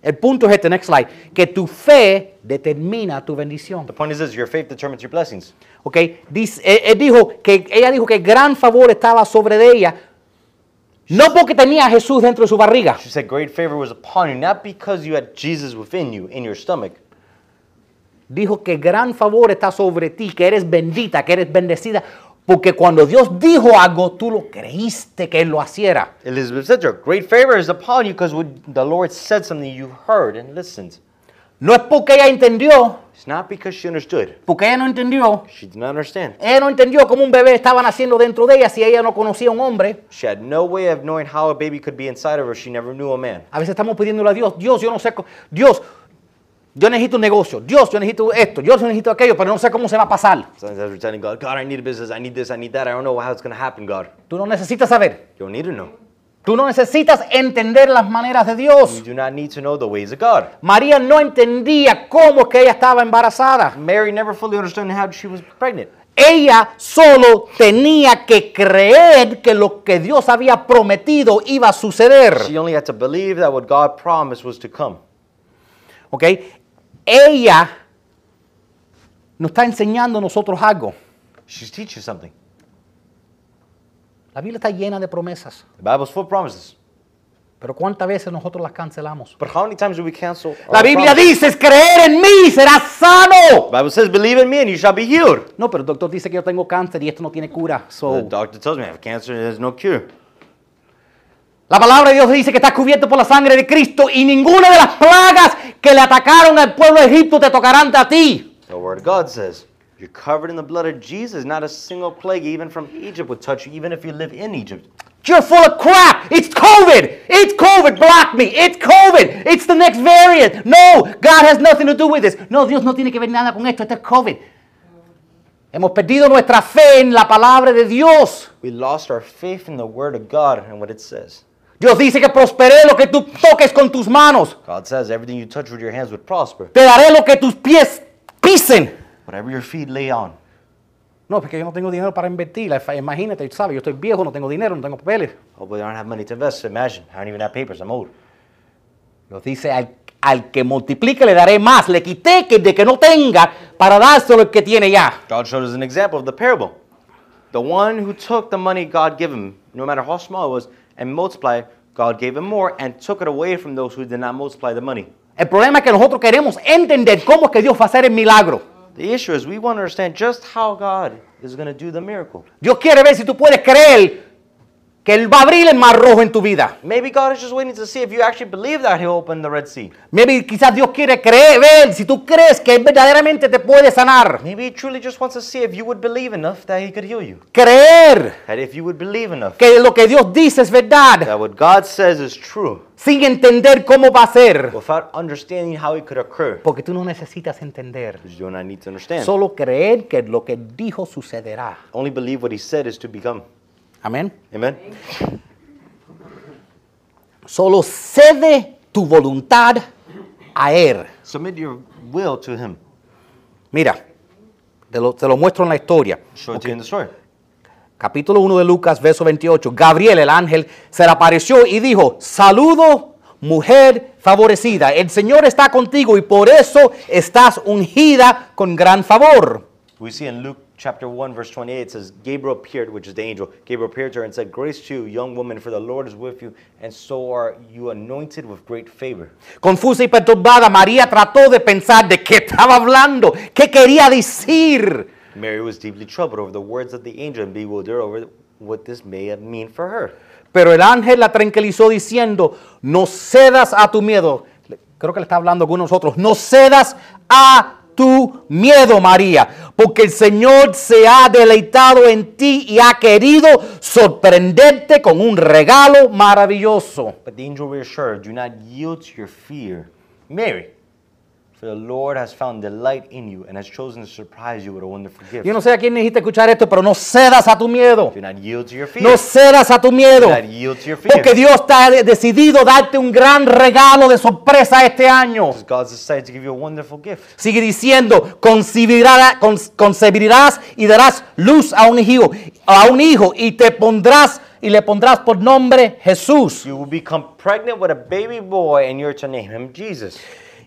El punto es este, next slide, que tu fe determina tu bendición.
The point is this your faith determines your blessings.
¿ok? Dice- eh, él dijo que, ella dijo que gran favor estaba sobre de ella, no porque tenía a Jesús dentro de su barriga,
She said, Great favor was upon you, not because you had Jesus within you, in your stomach.
dijo que gran favor está sobre ti, que eres bendita, que eres bendecida, porque cuando Dios dijo algo, tú lo creíste que Él lo hiciera.
Elizabeth said to her, Great favor is upon you because when the Lord said something, you heard and listened.
No es porque ella entendió,
It's not because she understood.
porque ella no entendió.
She did not understand.
Ella no entendió cómo un bebé estaba naciendo dentro de ella si ella no conocía a un hombre.
She had no way of knowing how a baby could be inside of her. She never knew a man.
A veces estamos pidiéndole a Dios, Dios, yo no sé, co- Dios, yo necesito un negocio, Dios, yo necesito esto, Dios, yo necesito aquello, pero no sé cómo se va a pasar.
Sometimes we're telling God, God, I need a business. I need this. I need that. I don't know how it's going to happen, God.
Tú no necesitas saber,
You don't need to know.
tú no necesitas entender las maneras de
You
Dios.
do not need to know the ways of God.
María no entendía cómo es que ella estaba embarazada.
Mary never fully understood how she was pregnant.
Ella solo tenía que creer que lo que Dios había prometido iba a suceder.
She only had to believe that what God promised was to come.
¿Ok? Ella nos está enseñando a nosotros algo.
She's teaching something.
La Biblia está llena de promesas,
The Bible's full of promises.
pero ¿cuántas veces nosotros las cancelamos?
But how many times do we cancel?
La
our
Biblia
promises?
dice, "Es creer en mí, serás
The
sano.
Bible says, believe in me and you shall be healed.
No, pero el doctor dice que yo tengo cáncer y esto no tiene cura.
The
So,
doctor tells me I have cancer and there's no cure.
la palabra de Dios dice que estás cubierto por la sangre de Cristo y ninguna de las plagas que le atacaron al pueblo de Egipto te tocarán a ti.
The Word of God says, you're covered in the blood of Jesus. Not a single plague, even from Egypt, would touch you, even if you live in Egypt.
You're full of crap. It's COVID. It's COVID. Block me. It's COVID. It's the next variant. No, God has nothing to do with this. No, Dios no tiene que ver nada con esto. Esto es COVID. Hemos perdido nuestra fe en la palabra de Dios.
We lost our faith in the Word of God and what it says.
Dios dice que prosperé lo que tú toques con tus manos.
God says, everything you touch with your hands would prosper.
Te daré lo que tus pies pisen.
Whatever your feet lay on.
No, porque yo no tengo dinero para invertir. La- Imagínate, sabes, yo estoy viejo, no tengo dinero, no tengo papeles.
Oh, but I don't have money to invest. Imagine, I don't even have papers. I'm old.
Nos dice, al, al que multiplique le daré más. Le quité que de que no tenga para dárselo el que tiene ya.
God showed us an example of the parable. The one who took the money God gave him, no matter how small it was, and multiplied, God gave him more and took it away from those who did not multiply the money.
El problema es que nosotros queremos entender cómo es que Dios va a hacer el milagro.
The issue is we want to understand just how God is going to do the miracle.
Dios quiere ver si tú puedes creer que Él va a abrir el mar rojo en tu vida.
Maybe God is just waiting to see if you actually believe that He'll open the Red Sea.
Maybe quizás Dios quiere creer, ver si tú crees que Él verdaderamente te puede sanar.
Maybe He truly just wants to see if you would believe enough that He could heal you.
Creer
That if you would believe enough
que lo que Dios dice es verdad,
that what God says is true
sin entender cómo va a ser.
without understanding how it could occur.
Porque tú no necesitas entender.
Because you and I need to understand.
Solo creer que lo que dijo sucederá.
Only believe what He said is to become.
Amén.
Amen?
Solo cede tu voluntad a Él.
Submit your will to Him.
Mira, Te lo, te lo muestro en la historia.
Show it to you in the story.
Capítulo 1 de Lucas, verso 28. Gabriel, el ángel, se le apareció y dijo, saludo mujer favorecida. El Señor está contigo y por eso estás ungida con gran favor.
We see in Luke chapter 1, verse 28, it says, Gabriel appeared, which is the angel. Gabriel appeared to her and said, Grace to you, young woman, for the Lord is with you, and so are you anointed with great favor.
Confusa y perturbada, María trató de pensar de qué estaba hablando, qué quería decir.
Mary was deeply troubled over the words of the angel and bewildered over what this may have mean for her.
Pero el ángel la tranquilizó diciendo, no cedas a tu miedo. Le- Creo que le está hablando a algunos otros. No cedas a tu miedo, María, porque el Señor se ha deleitado en ti y ha querido sorprenderte con un regalo maravilloso.
But the angel reassured, Do not yield to your fear, Mary, for the Lord has found delight in you and has chosen to surprise you with a wonderful gift.
Yo no sé a quién necesita escuchar esto, pero no cedas a tu miedo.
Do not yield to your fear.
No cedas a tu miedo.
Do not yield to your fear.
Porque Dios está de- decidido darte un gran regalo de sorpresa este año.
Because God's decided to give you a wonderful gift.
Sigue diciendo, concebirá- con- concebirás y darás luz a un hijo, a un hijo y te pondrás y le pondrás por nombre Jesús.
You will become pregnant with a baby boy, and you're to name him Jesus.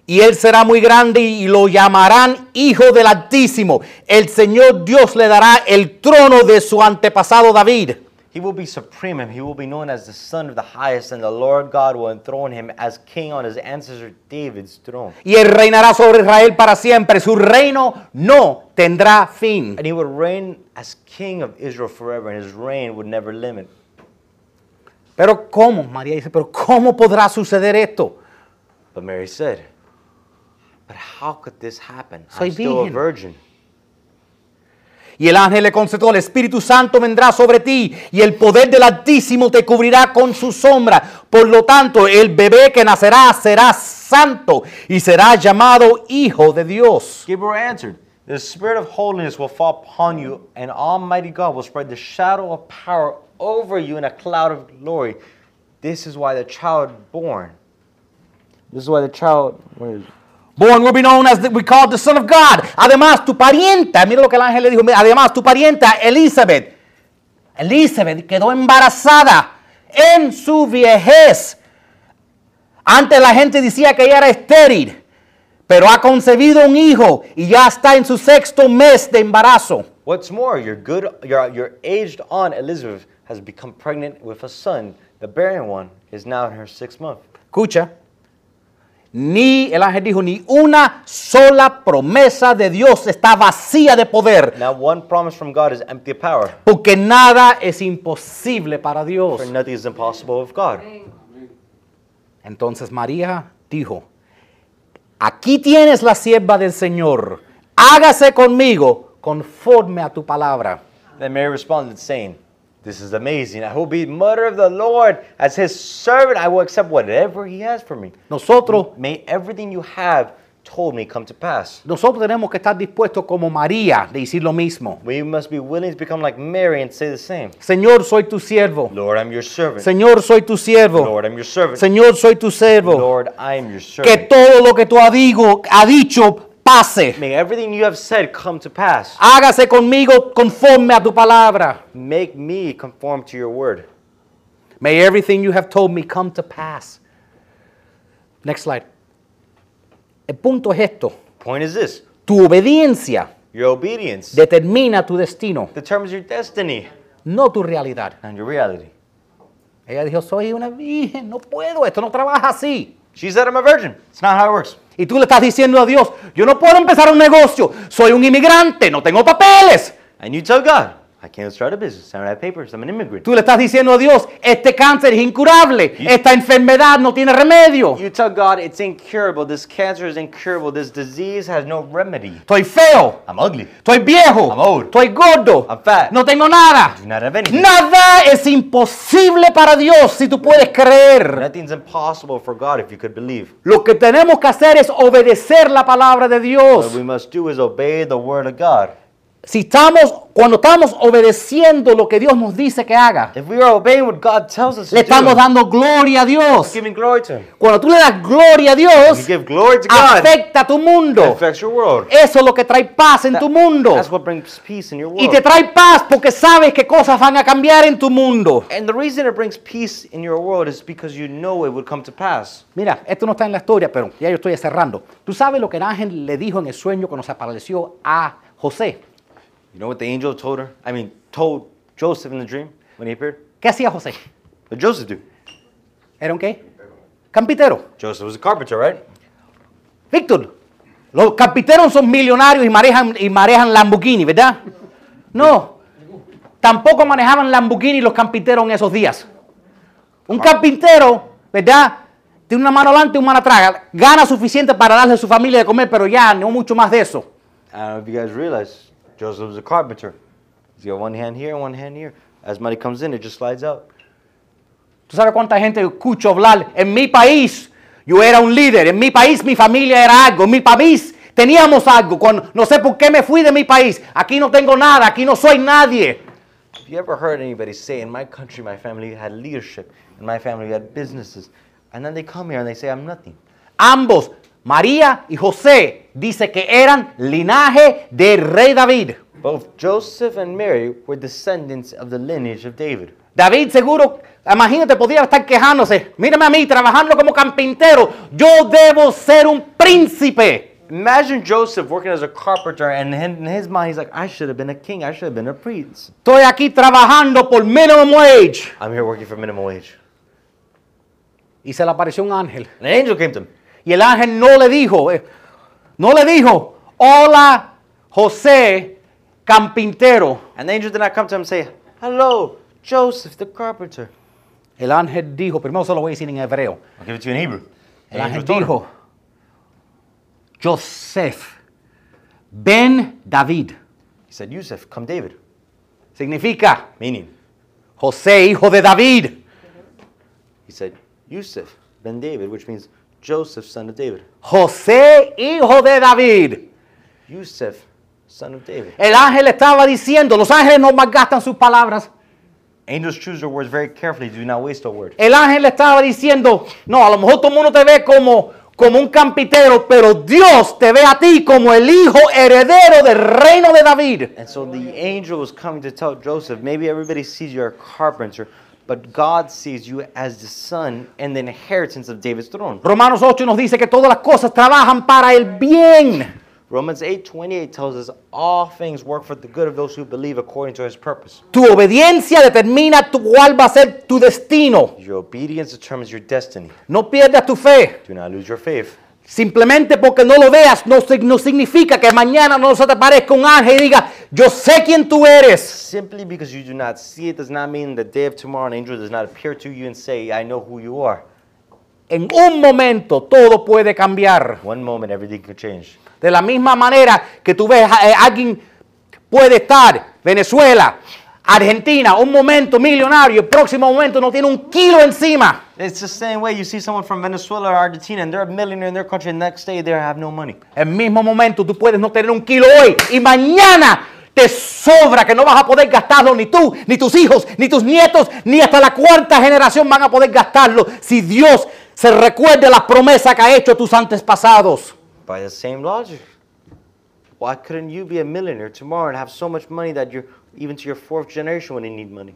Y él será muy grande y lo llamarán Hijo del Altísimo. El Señor Dios le dará el trono de su antepasado David.
He will be supreme, and he will be known as the Son of the Highest, and the Lord God will enthrone him as king on his ancestor David's throne.
Y él reinará sobre Israel para siempre. Su reino no tendrá fin.
And he would reign as king of Israel forever, and his reign would never limit.
Pero ¿cómo? María dice, pero ¿cómo podrá suceder esto?
But Mary said, But how could this happen?
Soy
I'm still a
virgen."
virgin.
Y el ángel le contestó, el Espíritu Santo vendrá sobre ti y el poder del Altísimo te cubrirá con su sombra. Por lo tanto, el bebé que nacerá será santo y será llamado Hijo de Dios.
Gabriel answered, The spirit of holiness will fall upon you, and Almighty God will spread the shadow of power over you in a cloud of glory. This is why the child born. This is why the child. where is it?
Born will be known as the, we call the Son of God. Además, tu parienta, mira lo que el ángel le dijo, mira, además tu parienta Elizabeth, Elizabeth quedó embarazada en su viejez. Antes la gente decía que ella era estéril, pero ha concebido un hijo y ya está en su sexto mes de embarazo.
What's more, your good, your, your aged aunt Elizabeth has become pregnant with a son. The barren one is now in her sixth month.
Escucha, ni el ángel dijo, ni una sola promesa de Dios está vacía de poder,
Now, one promise from God is empty of power,
porque nada es imposible para Dios.
for nothing is impossible with God.
Entonces María dijo, aquí tienes la sierva del Señor, hágase conmigo conforme a tu palabra.
Then Mary responded, saying, This is amazing. I will be mother of the Lord. As his servant, I will accept whatever he has for me.
Nosotros,
May everything you have told me come to pass.
nosotros tenemos que estar dispuestos como María de decir lo mismo.
We must be willing to become like Mary and say the same.
Señor, soy tu siervo.
Lord, I'm your servant.
Señor, soy tu siervo.
Lord, I'm your servant.
Señor, soy tu siervo.
Lord, I am your
Que
servant.
todo lo que tú has, digo- ha dicho pase.
May everything you have said come to pass.
Hágase conmigo conforme a tu palabra.
Make me conform to your word.
May everything you have told me come to pass. Next slide. El punto es esto.
Point is this
Tu obediencia
your obedience
determina tu destino,
determines your destiny
no tu realidad.
and your reality.
Ella dijo, soy una virgen, no puedo, esto no trabaja así.
She said, I'm a virgin. It's not how it works.
Y tú le estás diciendo a Dios, yo no puedo empezar un negocio, soy un inmigrante, no tengo papeles.
And you tell God, I can't start a business. I don't have papers. I'm an immigrant.
Tú le estás diciendo a Dios, este cáncer es incurable, esta enfermedad no tiene remedio.
You tell God it's incurable. This cancer is incurable. This disease has no remedy.
Estoy feo,
I'm ugly.
estoy viejo,
I'm old.
estoy gordo,
I'm fat.
no tengo nada.
Do not have anything.
Nada es imposible para Dios si tú puedes creer.
Nothing's impossible for God if you could believe.
Lo que tenemos que hacer es obedecer la palabra de
What
Dios.
we must do is obey the word of God.
Si estamos, cuando estamos obedeciendo lo que Dios nos dice que haga,
If we are obeying what God tells us
le
to do,
estamos dando gloria a Dios.
giving glory to Him.
Cuando tú le das gloria a
You
Dios,
give glory to God.
afecta tu mundo.
affects your world.
Eso es lo que trae paz en
That-
tu mundo.
That's what brings peace in your
Y
world.
te trae paz porque sabes que cosas van a cambiar en tu mundo.
And the reason it brings peace in your world is because you know it would come to pass.
Mira, esto no está en la historia, pero ya yo estoy cerrando. ¿Tú sabes lo que el ángel le dijo en el sueño cuando se apareció a José?
You know what the angel told her? I mean, told Joseph in the dream when he appeared?
¿Qué hacía José?
What did Joseph do?
¿Era un qué? Campitero.
Joseph was a carpenter, right?
Víctor, los carpinteros son millonarios y manejan, y manejan Lamborghini, ¿verdad? No, tampoco manejaban Lamborghini los carpinteros en esos días. Un carpintero, ¿verdad? Tiene una mano adelante y una mano atrás. Gana suficiente para darle a su familia de comer, pero ya no mucho más de eso.
I don't know if you guys realize, Joseph was a carpenter. He's got one hand here and one hand here. As money comes in, it just slides out.
¿Tú sabes cuánta gente escucho hablar? En mi país yo era un líder, en mi país mi familia era algo, en mi país teníamos algo. Cuando- no sé por qué me fui de mi país. Aquí no tengo nada, aquí no soy nadie.
Have you ever heard anybody say, in my country, my family had leadership, in my family, we had businesses, and then they come here and they say, I'm nothing.
Ambos, María y José, dice que eran linaje de rey David.
Both Joseph and Mary were descendants of the lineage of David.
David seguro, imagínate, podría estar quejándose. Mírame a mí, trabajando como carpintero. Yo debo ser un príncipe.
Imagine Joseph working as a carpenter, and in his mind, he's like, I should have been a king, I should have been a prince.
Estoy aquí trabajando por minimum wage.
I'm here working for minimum wage.
Y se le apareció un ángel.
And an angel came to him.
Y el ángel no le dijo, eh, no le dijo, hola José, carpintero.
And the angel did not come to him and say, Hello, Joseph the carpenter.
El ángel dijo, primero se lo voy a decir en hebreo.
I'll give it to you in Hebrew.
El ángel dijo, Joseph, ben David.
He said, Yusuf, come David.
Significa,
Meaning,
José, hijo de David.
he said, Yusuf, ben David, which means Joseph, son of David.
José, hijo de David.
Yusuf, son of David.
El ángel estaba diciendo, los ángeles no malgastan sus palabras.
Angels choose their words very carefully, do not waste a word.
El ángel le estaba diciendo, no, a lo mejor todo el mundo te ve como, como un campitero, pero Dios te ve a ti como el hijo heredero del reino de David.
And so the angel was coming to tell Joseph, maybe everybody sees you as a carpenter, but God sees you as the son and the inheritance of David's throne.
Romanos 8 nos dice que todas las cosas trabajan para el bien.
Romans 8:28 tells us all things work for the good of those who believe according to his purpose.
Tu obediencia determina tu- cuál va a ser tu destino.
Your obedience determines your destiny.
No pierdas tu fe.
Do not lose your faith.
Simplemente porque no lo veas no, sig- no significa que mañana no se te aparezca un ángel y diga, yo sé quién tú eres.
Simply because you do not see it does not mean the day of tomorrow an angel does not appear to you and say, I know who you are.
En un momento todo puede cambiar.
One moment everything could change.
De la misma manera que tú ves a eh, alguien puede estar Venezuela, Argentina, un momento millonario, el próximo momento no tiene un kilo encima.
It's the same way you see someone from Venezuela or Argentina and they're a millionaire in their country and the next day they have no money.
El mismo momento tú puedes no tener un kilo hoy y mañana te sobra que no vas a poder gastarlo ni tú, ni tus hijos, ni tus nietos, ni hasta la cuarta generación van a poder gastarlo si Dios se recuerde las promesas que ha hecho a tus antepasados.
By the same logic, why couldn't you be a millionaire tomorrow and have so much money that you're even to your fourth generation wouldn't need money?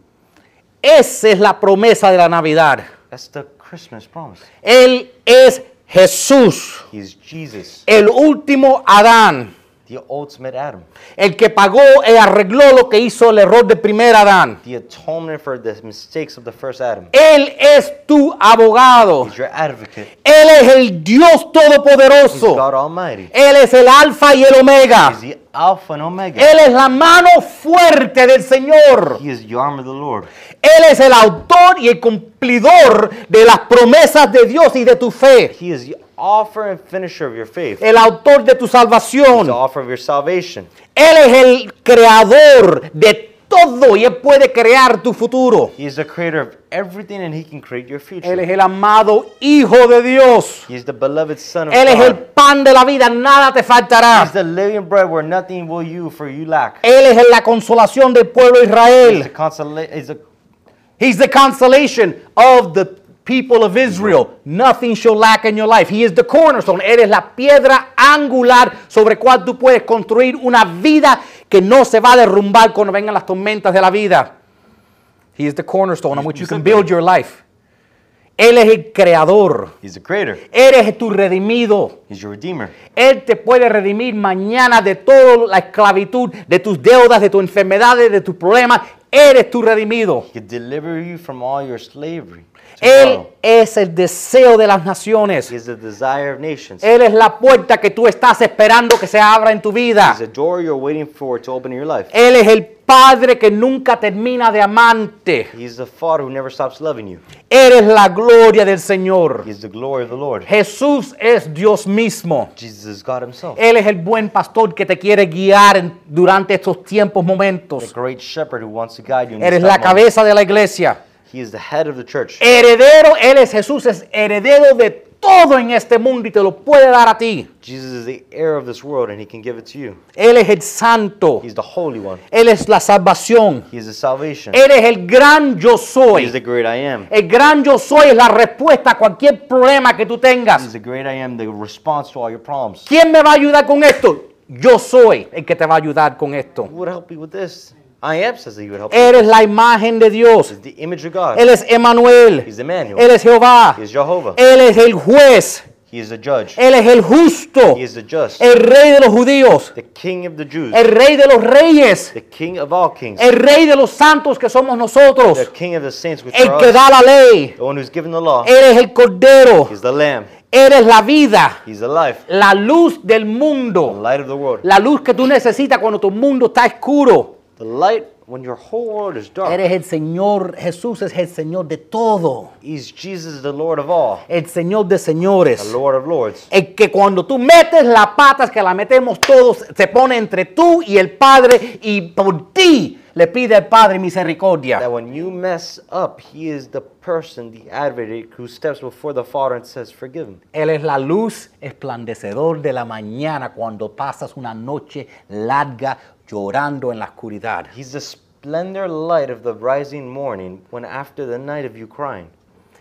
Esa es la promesa de la Navidad.
That's the Christmas promise.
Él es Jesús,
He's Jesus,
el último Adán,
the ultimate Adam,
el que pagó y arregló lo que hizo el error del primer Adán.
the atonement for the mistakes of the first Adam.
Él es tu abogado.
He's your advocate.
Él es el Dios
He's
Todopoderoso.
God Almighty.
Él es el Alfa y el Omega.
He's the Alpha and Omega.
Él es la mano fuerte del Señor.
He is the arm of the Lord.
Él es el autor y el cumplidor de las promesas de Dios y de tu fe.
He is the author and finisher of your faith.
El autor de tu
He's the
salvación.
author of your salvation.
Él es el creador de todo y Él puede crear tu futuro.
He is the creator of everything and he can create your
Él
future.
es el amado Hijo de Dios.
He is the beloved son of
Él es el
God.
pan de la vida, nada te
He's
faltará.
the living bread where nothing will you for you lack.
Él es la consolación del pueblo de
He's the
Israel.
consola- he's the-
He's the consolation of the people of Israel. Nothing shall lack in your life. He is the cornerstone. Él es la piedra angular sobre cual tú puedes construir una vida que no se va a derrumbar cuando vengan las tormentas de la vida. He is the cornerstone on which you can build your life. Él es el creador.
he's the creator.
Eres tu redimido.
He's your redeemer.
Él te puede redimir mañana de toda la esclavitud, de tus deudas, de tus enfermedades, de tus problemas. Eres tu redimido.
He can deliver you from all your slavery. to
Él
sorrow.
es el deseo de las naciones.
He is the desire of nations.
Él es la puerta que tú estás esperando que se abra en tu vida.
He's the door you're waiting for to open in your life.
Él es el Padre que nunca termina de amante.
He's the Father who never stops loving you.
Eres la gloria del Señor.
He's the glory of the Lord.
Jesús es Dios mismo.
Jesus is God Himself,
Él es el buen pastor que te quiere guiar en- durante estos tiempos,
the
momentos.
great shepherd who wants to guide you. in
Eres
this
la
time moment.
cabeza de la iglesia.
He is the head of the church.
Heredero, Él es Jesús, es heredero de todo en este mundo y te lo puede dar a ti.
Jesus is the heir of this world and He can give it to you.
Él es el santo.
He's the Holy One.
Él es la salvación.
He is the salvation.
Él es el gran yo
He is the
soy.
great I am.
El gran yo soy es la respuesta a cualquier problema que tú
He's
tengas.
the great I am, the response to all your problems.
¿Quién me va a ayudar con esto? Yo soy el que te va a ayudar con esto.
Who would help you with this? I am says that He would help you.
Eres la imagen de Dios.
He's the image of God.
Él es Emanuel.
He's Emmanuel.
Él es Jehová.
He is Jehovah.
Él es el juez.
He is the judge.
Él es el justo.
He is the just.
El rey de los judíos.
The king of the Jews.
El rey de los reyes.
The king of all kings.
El rey de los santos que somos
The
nosotros.
king of the saints which
El
are
que
us.
da la ley.
The one who's given the law.
Eres el cordero.
He's the lamb.
Eres la vida.
He's the life.
la luz del
The
mundo,
light of the world.
la luz que tú necesitas cuando tu mundo está oscuro.
The light when your whole world is dark.
Eres el Señor, Jesús es el Señor de todo,
He's Jesus the Lord of all.
el Señor de
The
señores.
Lord of lords.
El que cuando tú metes la pata, que la metemos todos, se pone entre tú y el Padre y por ti le pide al Padre misericordia.
That when you mess up, he is the person, the advocate, who steps before the Father and says, Forgive him.
Él es la luz esplandecedor de la mañana cuando pasas una noche larga llorando en la oscuridad.
He's the splendor light of the rising morning when after the night of you crying.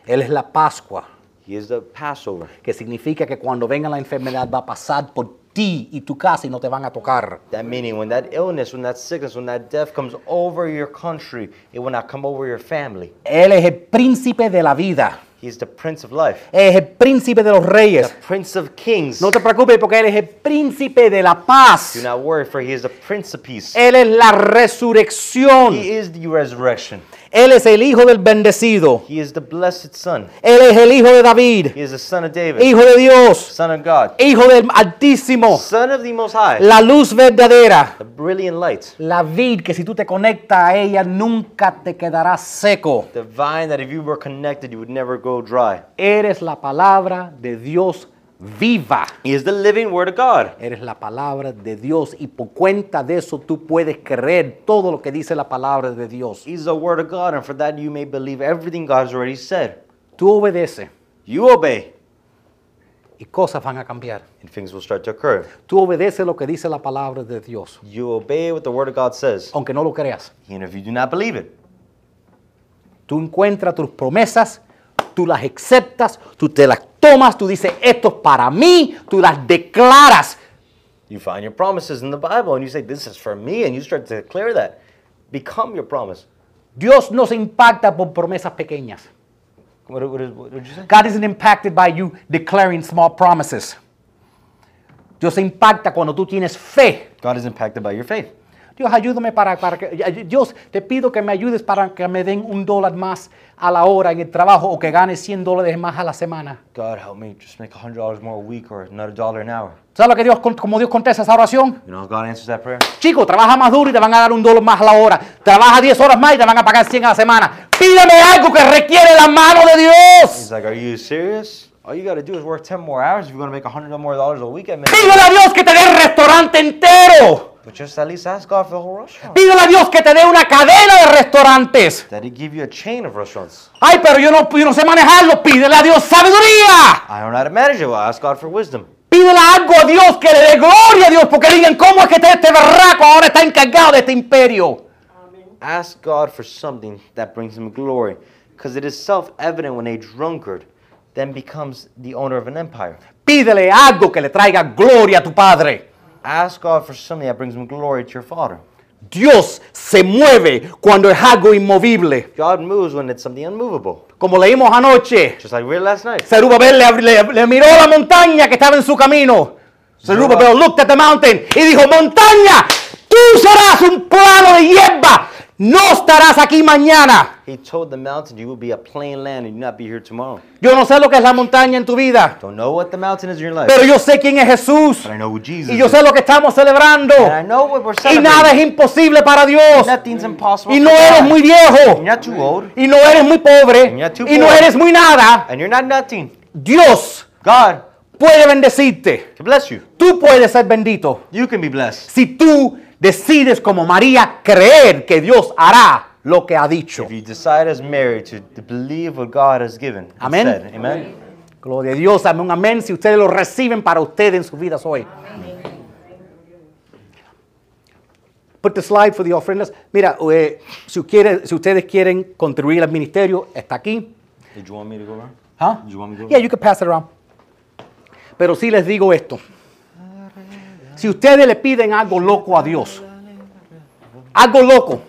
Él es la Pascua.
He is the Passover.
que significa que cuando venga la enfermedad va a pasar por ti y tu casa y no te van a tocar.
That meaning, when that illness, when that sickness, when that death comes over your country, it will not come over your family.
Él es el príncipe de la vida,
He's the Prince of Life,
es el príncipe de los
the
reyes.
Prince of Kings.
No te preocupes porque Él es el príncipe de la paz.
Do not worry, for He is the Prince of Peace.
Él es la resurrección.
He is the resurrection.
Él es el hijo del bendecido.
He is the blessed Son.
Él es el hijo de David,
He is the Son of David,
hijo de Dios,
Son of God,
hijo del Altísimo,
Son of the Most High,
la luz verdadera.
the brilliant light,
La vid que si tú te conectas a ella nunca te quedará seco.
the vine that if you were connected, you would never go dry.
Eres la palabra de Dios viva.
He is the living Word of God.
Eres la palabra de Dios y por cuenta de eso tú puedes creer todo lo que dice la palabra de Dios.
He's the Word of God, and for that you may believe everything God has already said.
Tú obedeces
You obey,
y cosas van a cambiar.
and things will start to occur.
Tú obedeces lo que dice la palabra de Dios,
You obey what the Word of God says.
aunque no lo creas.
And if you do not believe it,
Tú encuentras tus promesas, tú las aceptas, tú te las tomas, tú dices, esto es para mí, tú las declaras.
you find your promises in the Bible and you say, This is for me, and you start to declare that. Become your promise.
Dios no se impacta por promesas pequeñas.
What, what, is- what did you say?
God isn't impacted by you declaring small promises. Dios se impacta cuando tú tienes fe.
God is impacted by your faith.
Dios, ayúdame para, para que. ay- Dios, te pido que me ayudes para que me den un dólar más a la hora en el trabajo o que gane 100 dólares más a la semana.
God help me just make $100 more a week or another dollar an hour.
¿Sabes lo que Dios, con- como Dios contesta esa oración?
You know how God answers that prayer?
Chico, trabaja más duro y te van a dar un dólar más a la hora. Trabaja 10 horas más y te van a pagar 100 a la semana. Pídeme algo que requiere la mano de Dios.
He's like, Are you serious? All you got to do is work 10 more hours if you're going to make $100 more dollars a week. I mean,
Pídele a Dios que te dé el restaurante entero.
But just at least ask God for the whole restaurant.
Pídele a Dios que te dé una cadena de restaurantes.
That He give you a chain of restaurants.
Ay, pero yo no, yo no sé manejarlo. Pídele a Dios sabiduría.
I don't know how to manage it. Well, ask God for wisdom.
Pídele algo a Dios que le dé gloria a Dios. Porque digan, ¿cómo es que este, este berraco ahora está encargado de este imperio?
Ask God for something that brings Him glory. Because it is self evident when a drunkard then becomes the owner of an empire.
Pídele algo que le traiga gloria a tu Padre.
Ask God for something that brings Him glory to your Father.
Dios se mueve cuando es algo inmovible.
God moves when it's something unmovable.
Como leímos anoche,
Just like we read last night.
Zerubabel le, le- le miró la montaña que estaba en su camino. Zerubabel looked at the mountain y dijo, montaña, tú serás un plano de hierba. No estarás aquí mañana.
He told the mountain, You will be a plain land and you will not be here tomorrow.
Yo no sé lo que es la montaña en tu vida,
Don't know what the mountain is in your life.
pero yo sé quién es Jesús.
But I know who Jesus
Y yo
is.
sé lo que estamos celebrando.
And I know what we're
Y
celebrating.
nada es imposible para Dios.
Nothing's impossible.
Y
for
no
God.
eres muy viejo.
And You're not too old.
Y no eres muy pobre.
And you're too
Y no
poor.
eres muy nada.
And you're not nothing.
Dios
God
puede bendecirte.
can bless you.
Tú puedes ser bendito.
You can be blessed.
Si tú decides como María creer que Dios hará lo que ha dicho.
If you decide as Mary to, to believe what God has given. and
Amen.
said. Amen.
Gloria a Dios, amén, amén. Si ustedes lo reciben para ustedes en sus vidas hoy. Put the slide for the ofrendas. Mira, eh, si, quiere- si ustedes quieren contribuir al ministerio, está aquí.
Did you want me to go around?
Huh?
You want me to go
¿Ah? Yeah, you can pass it around. Pero sí les digo esto. Si ustedes le piden algo loco a Dios, algo loco,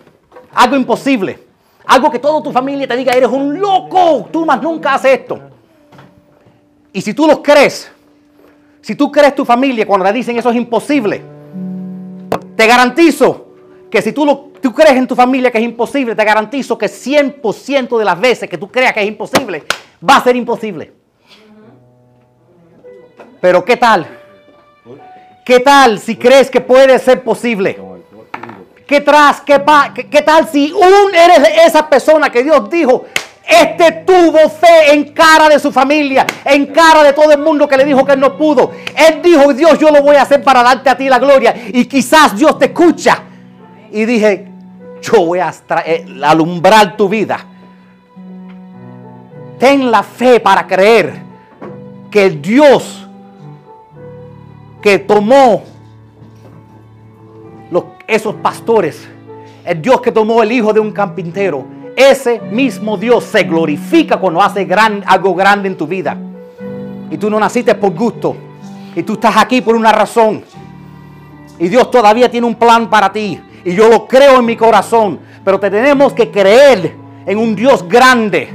algo imposible, algo que toda tu familia te diga, eres un loco, tú más nunca haces esto. Y si tú los crees, si tú crees tu familia cuando te dicen eso es imposible, te garantizo que si tú, lo, tú crees en tu familia que es imposible, te garantizo que 100% de las veces que tú creas que es imposible, va a ser imposible. Pero ¿qué tal? ¿Qué tal si crees que puede ser posible? ¿Qué, tras, qué, pa- qué- qué tal si un eres de esa persona que Dios dijo, este tuvo fe en cara de su familia, en cara de todo el mundo que le dijo que él no pudo? Él dijo, Dios, yo lo voy a hacer para darte a ti la gloria. Y quizás Dios te escucha. Y dije, yo voy a tra- eh, alumbrar tu vida. Ten la fe para creer que el Dios que tomó los- esos pastores, el Dios que tomó el hijo de un carpintero, ese mismo Dios se glorifica cuando hace gran- algo grande en tu vida. Y tú no naciste por gusto, y tú estás aquí por una razón. Y Dios todavía tiene un plan para ti. Y yo lo creo en mi corazón. Pero te tenemos que creer en un Dios grande.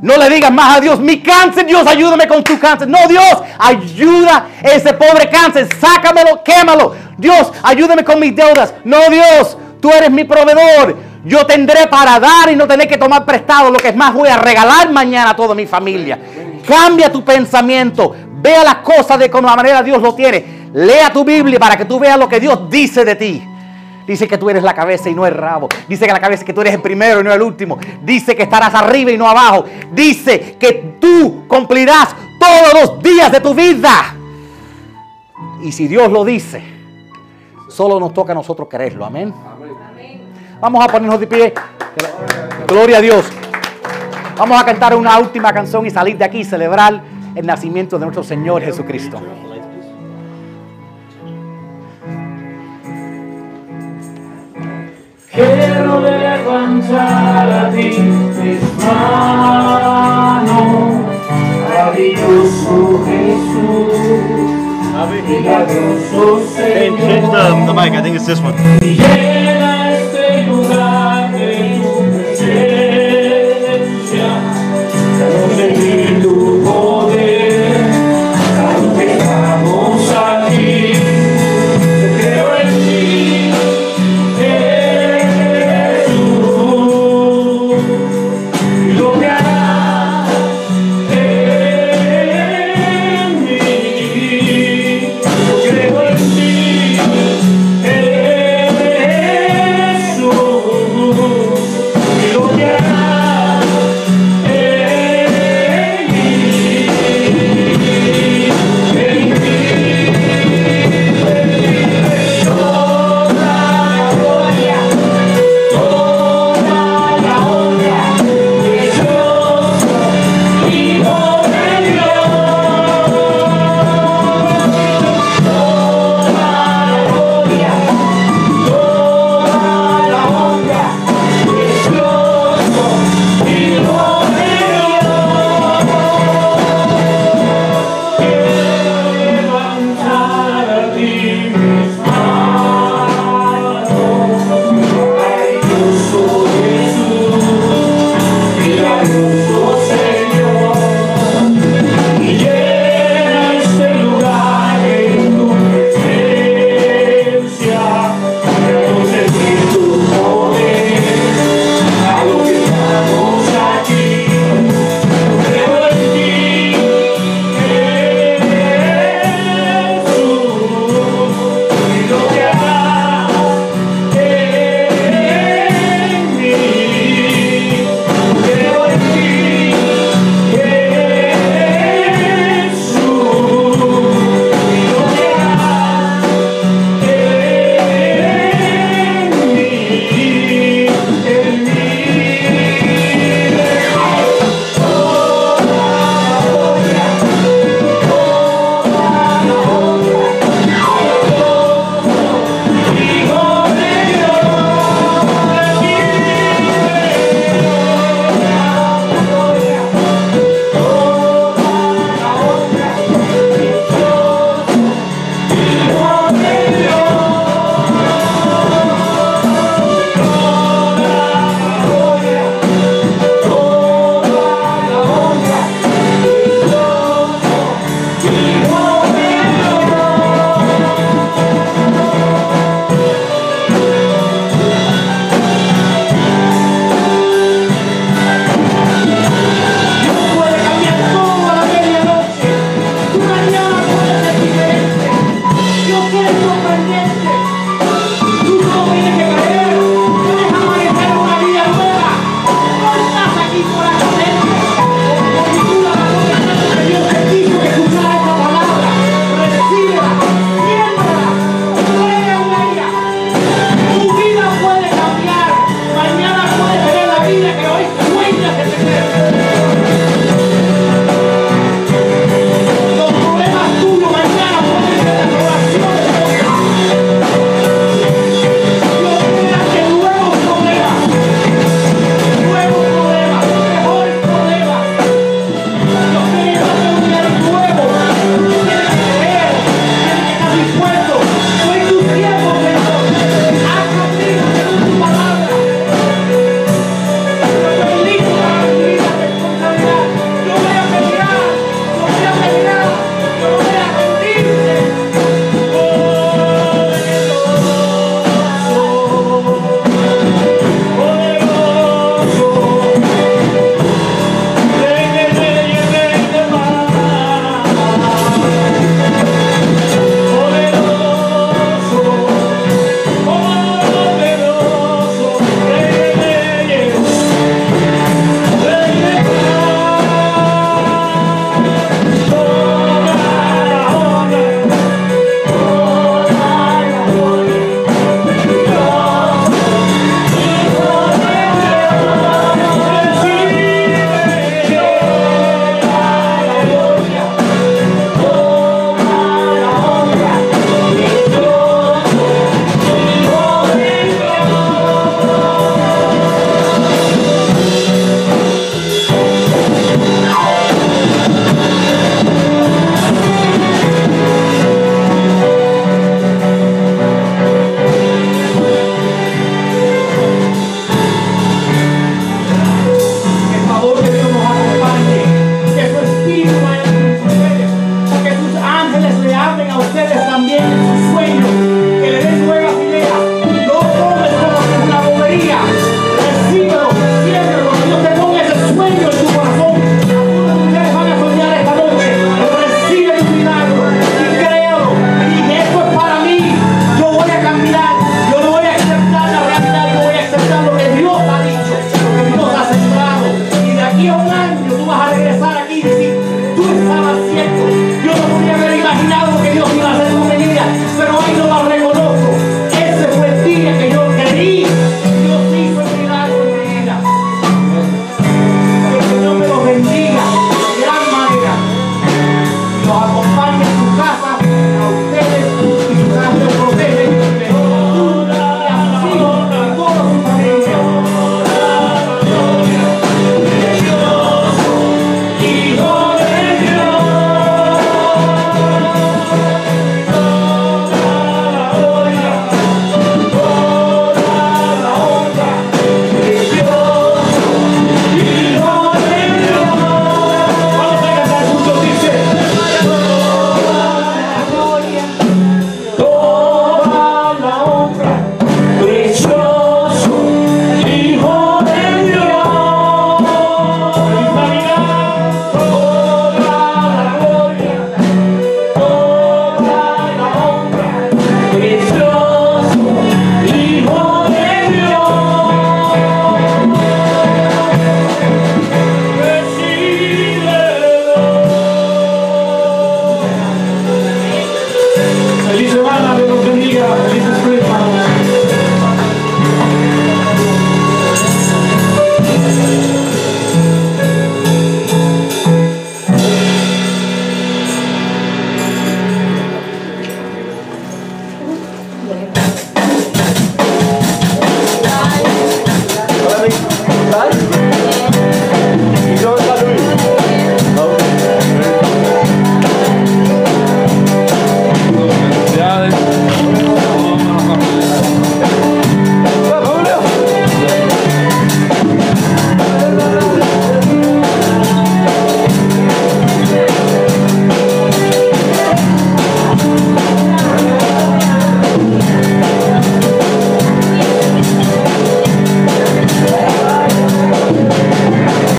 No le digas más a Dios, mi cáncer, Dios, ayúdame con tu cáncer. No, Dios, ayuda ese pobre cáncer, sácamelo, quémalo. Dios, ayúdame con mis deudas. No, Dios, tú eres mi proveedor. Yo tendré para dar y no tendré que tomar prestado. Lo que es más, voy a regalar mañana a toda mi familia. Cambia tu pensamiento. Vea las cosas de como la manera Dios lo tiene. Lea tu Biblia para que tú veas lo que Dios dice de ti. Dice que tú eres la cabeza y no el rabo. Dice que la cabeza que tú eres el primero y no el último. Dice que estarás arriba y no abajo. Dice que tú cumplirás todos los días de tu vida. Y si Dios lo dice, solo nos toca a nosotros creerlo. Amén. Vamos a ponernos de pie. Gloria a Dios. Vamos a cantar una última canción y salir de aquí y celebrar el nacimiento de nuestro Señor Jesucristo.
Quiero levantar a ti mis manos, maravilloso Jesús, milagroso Señor.
the, the mic. I think it's this one.
Y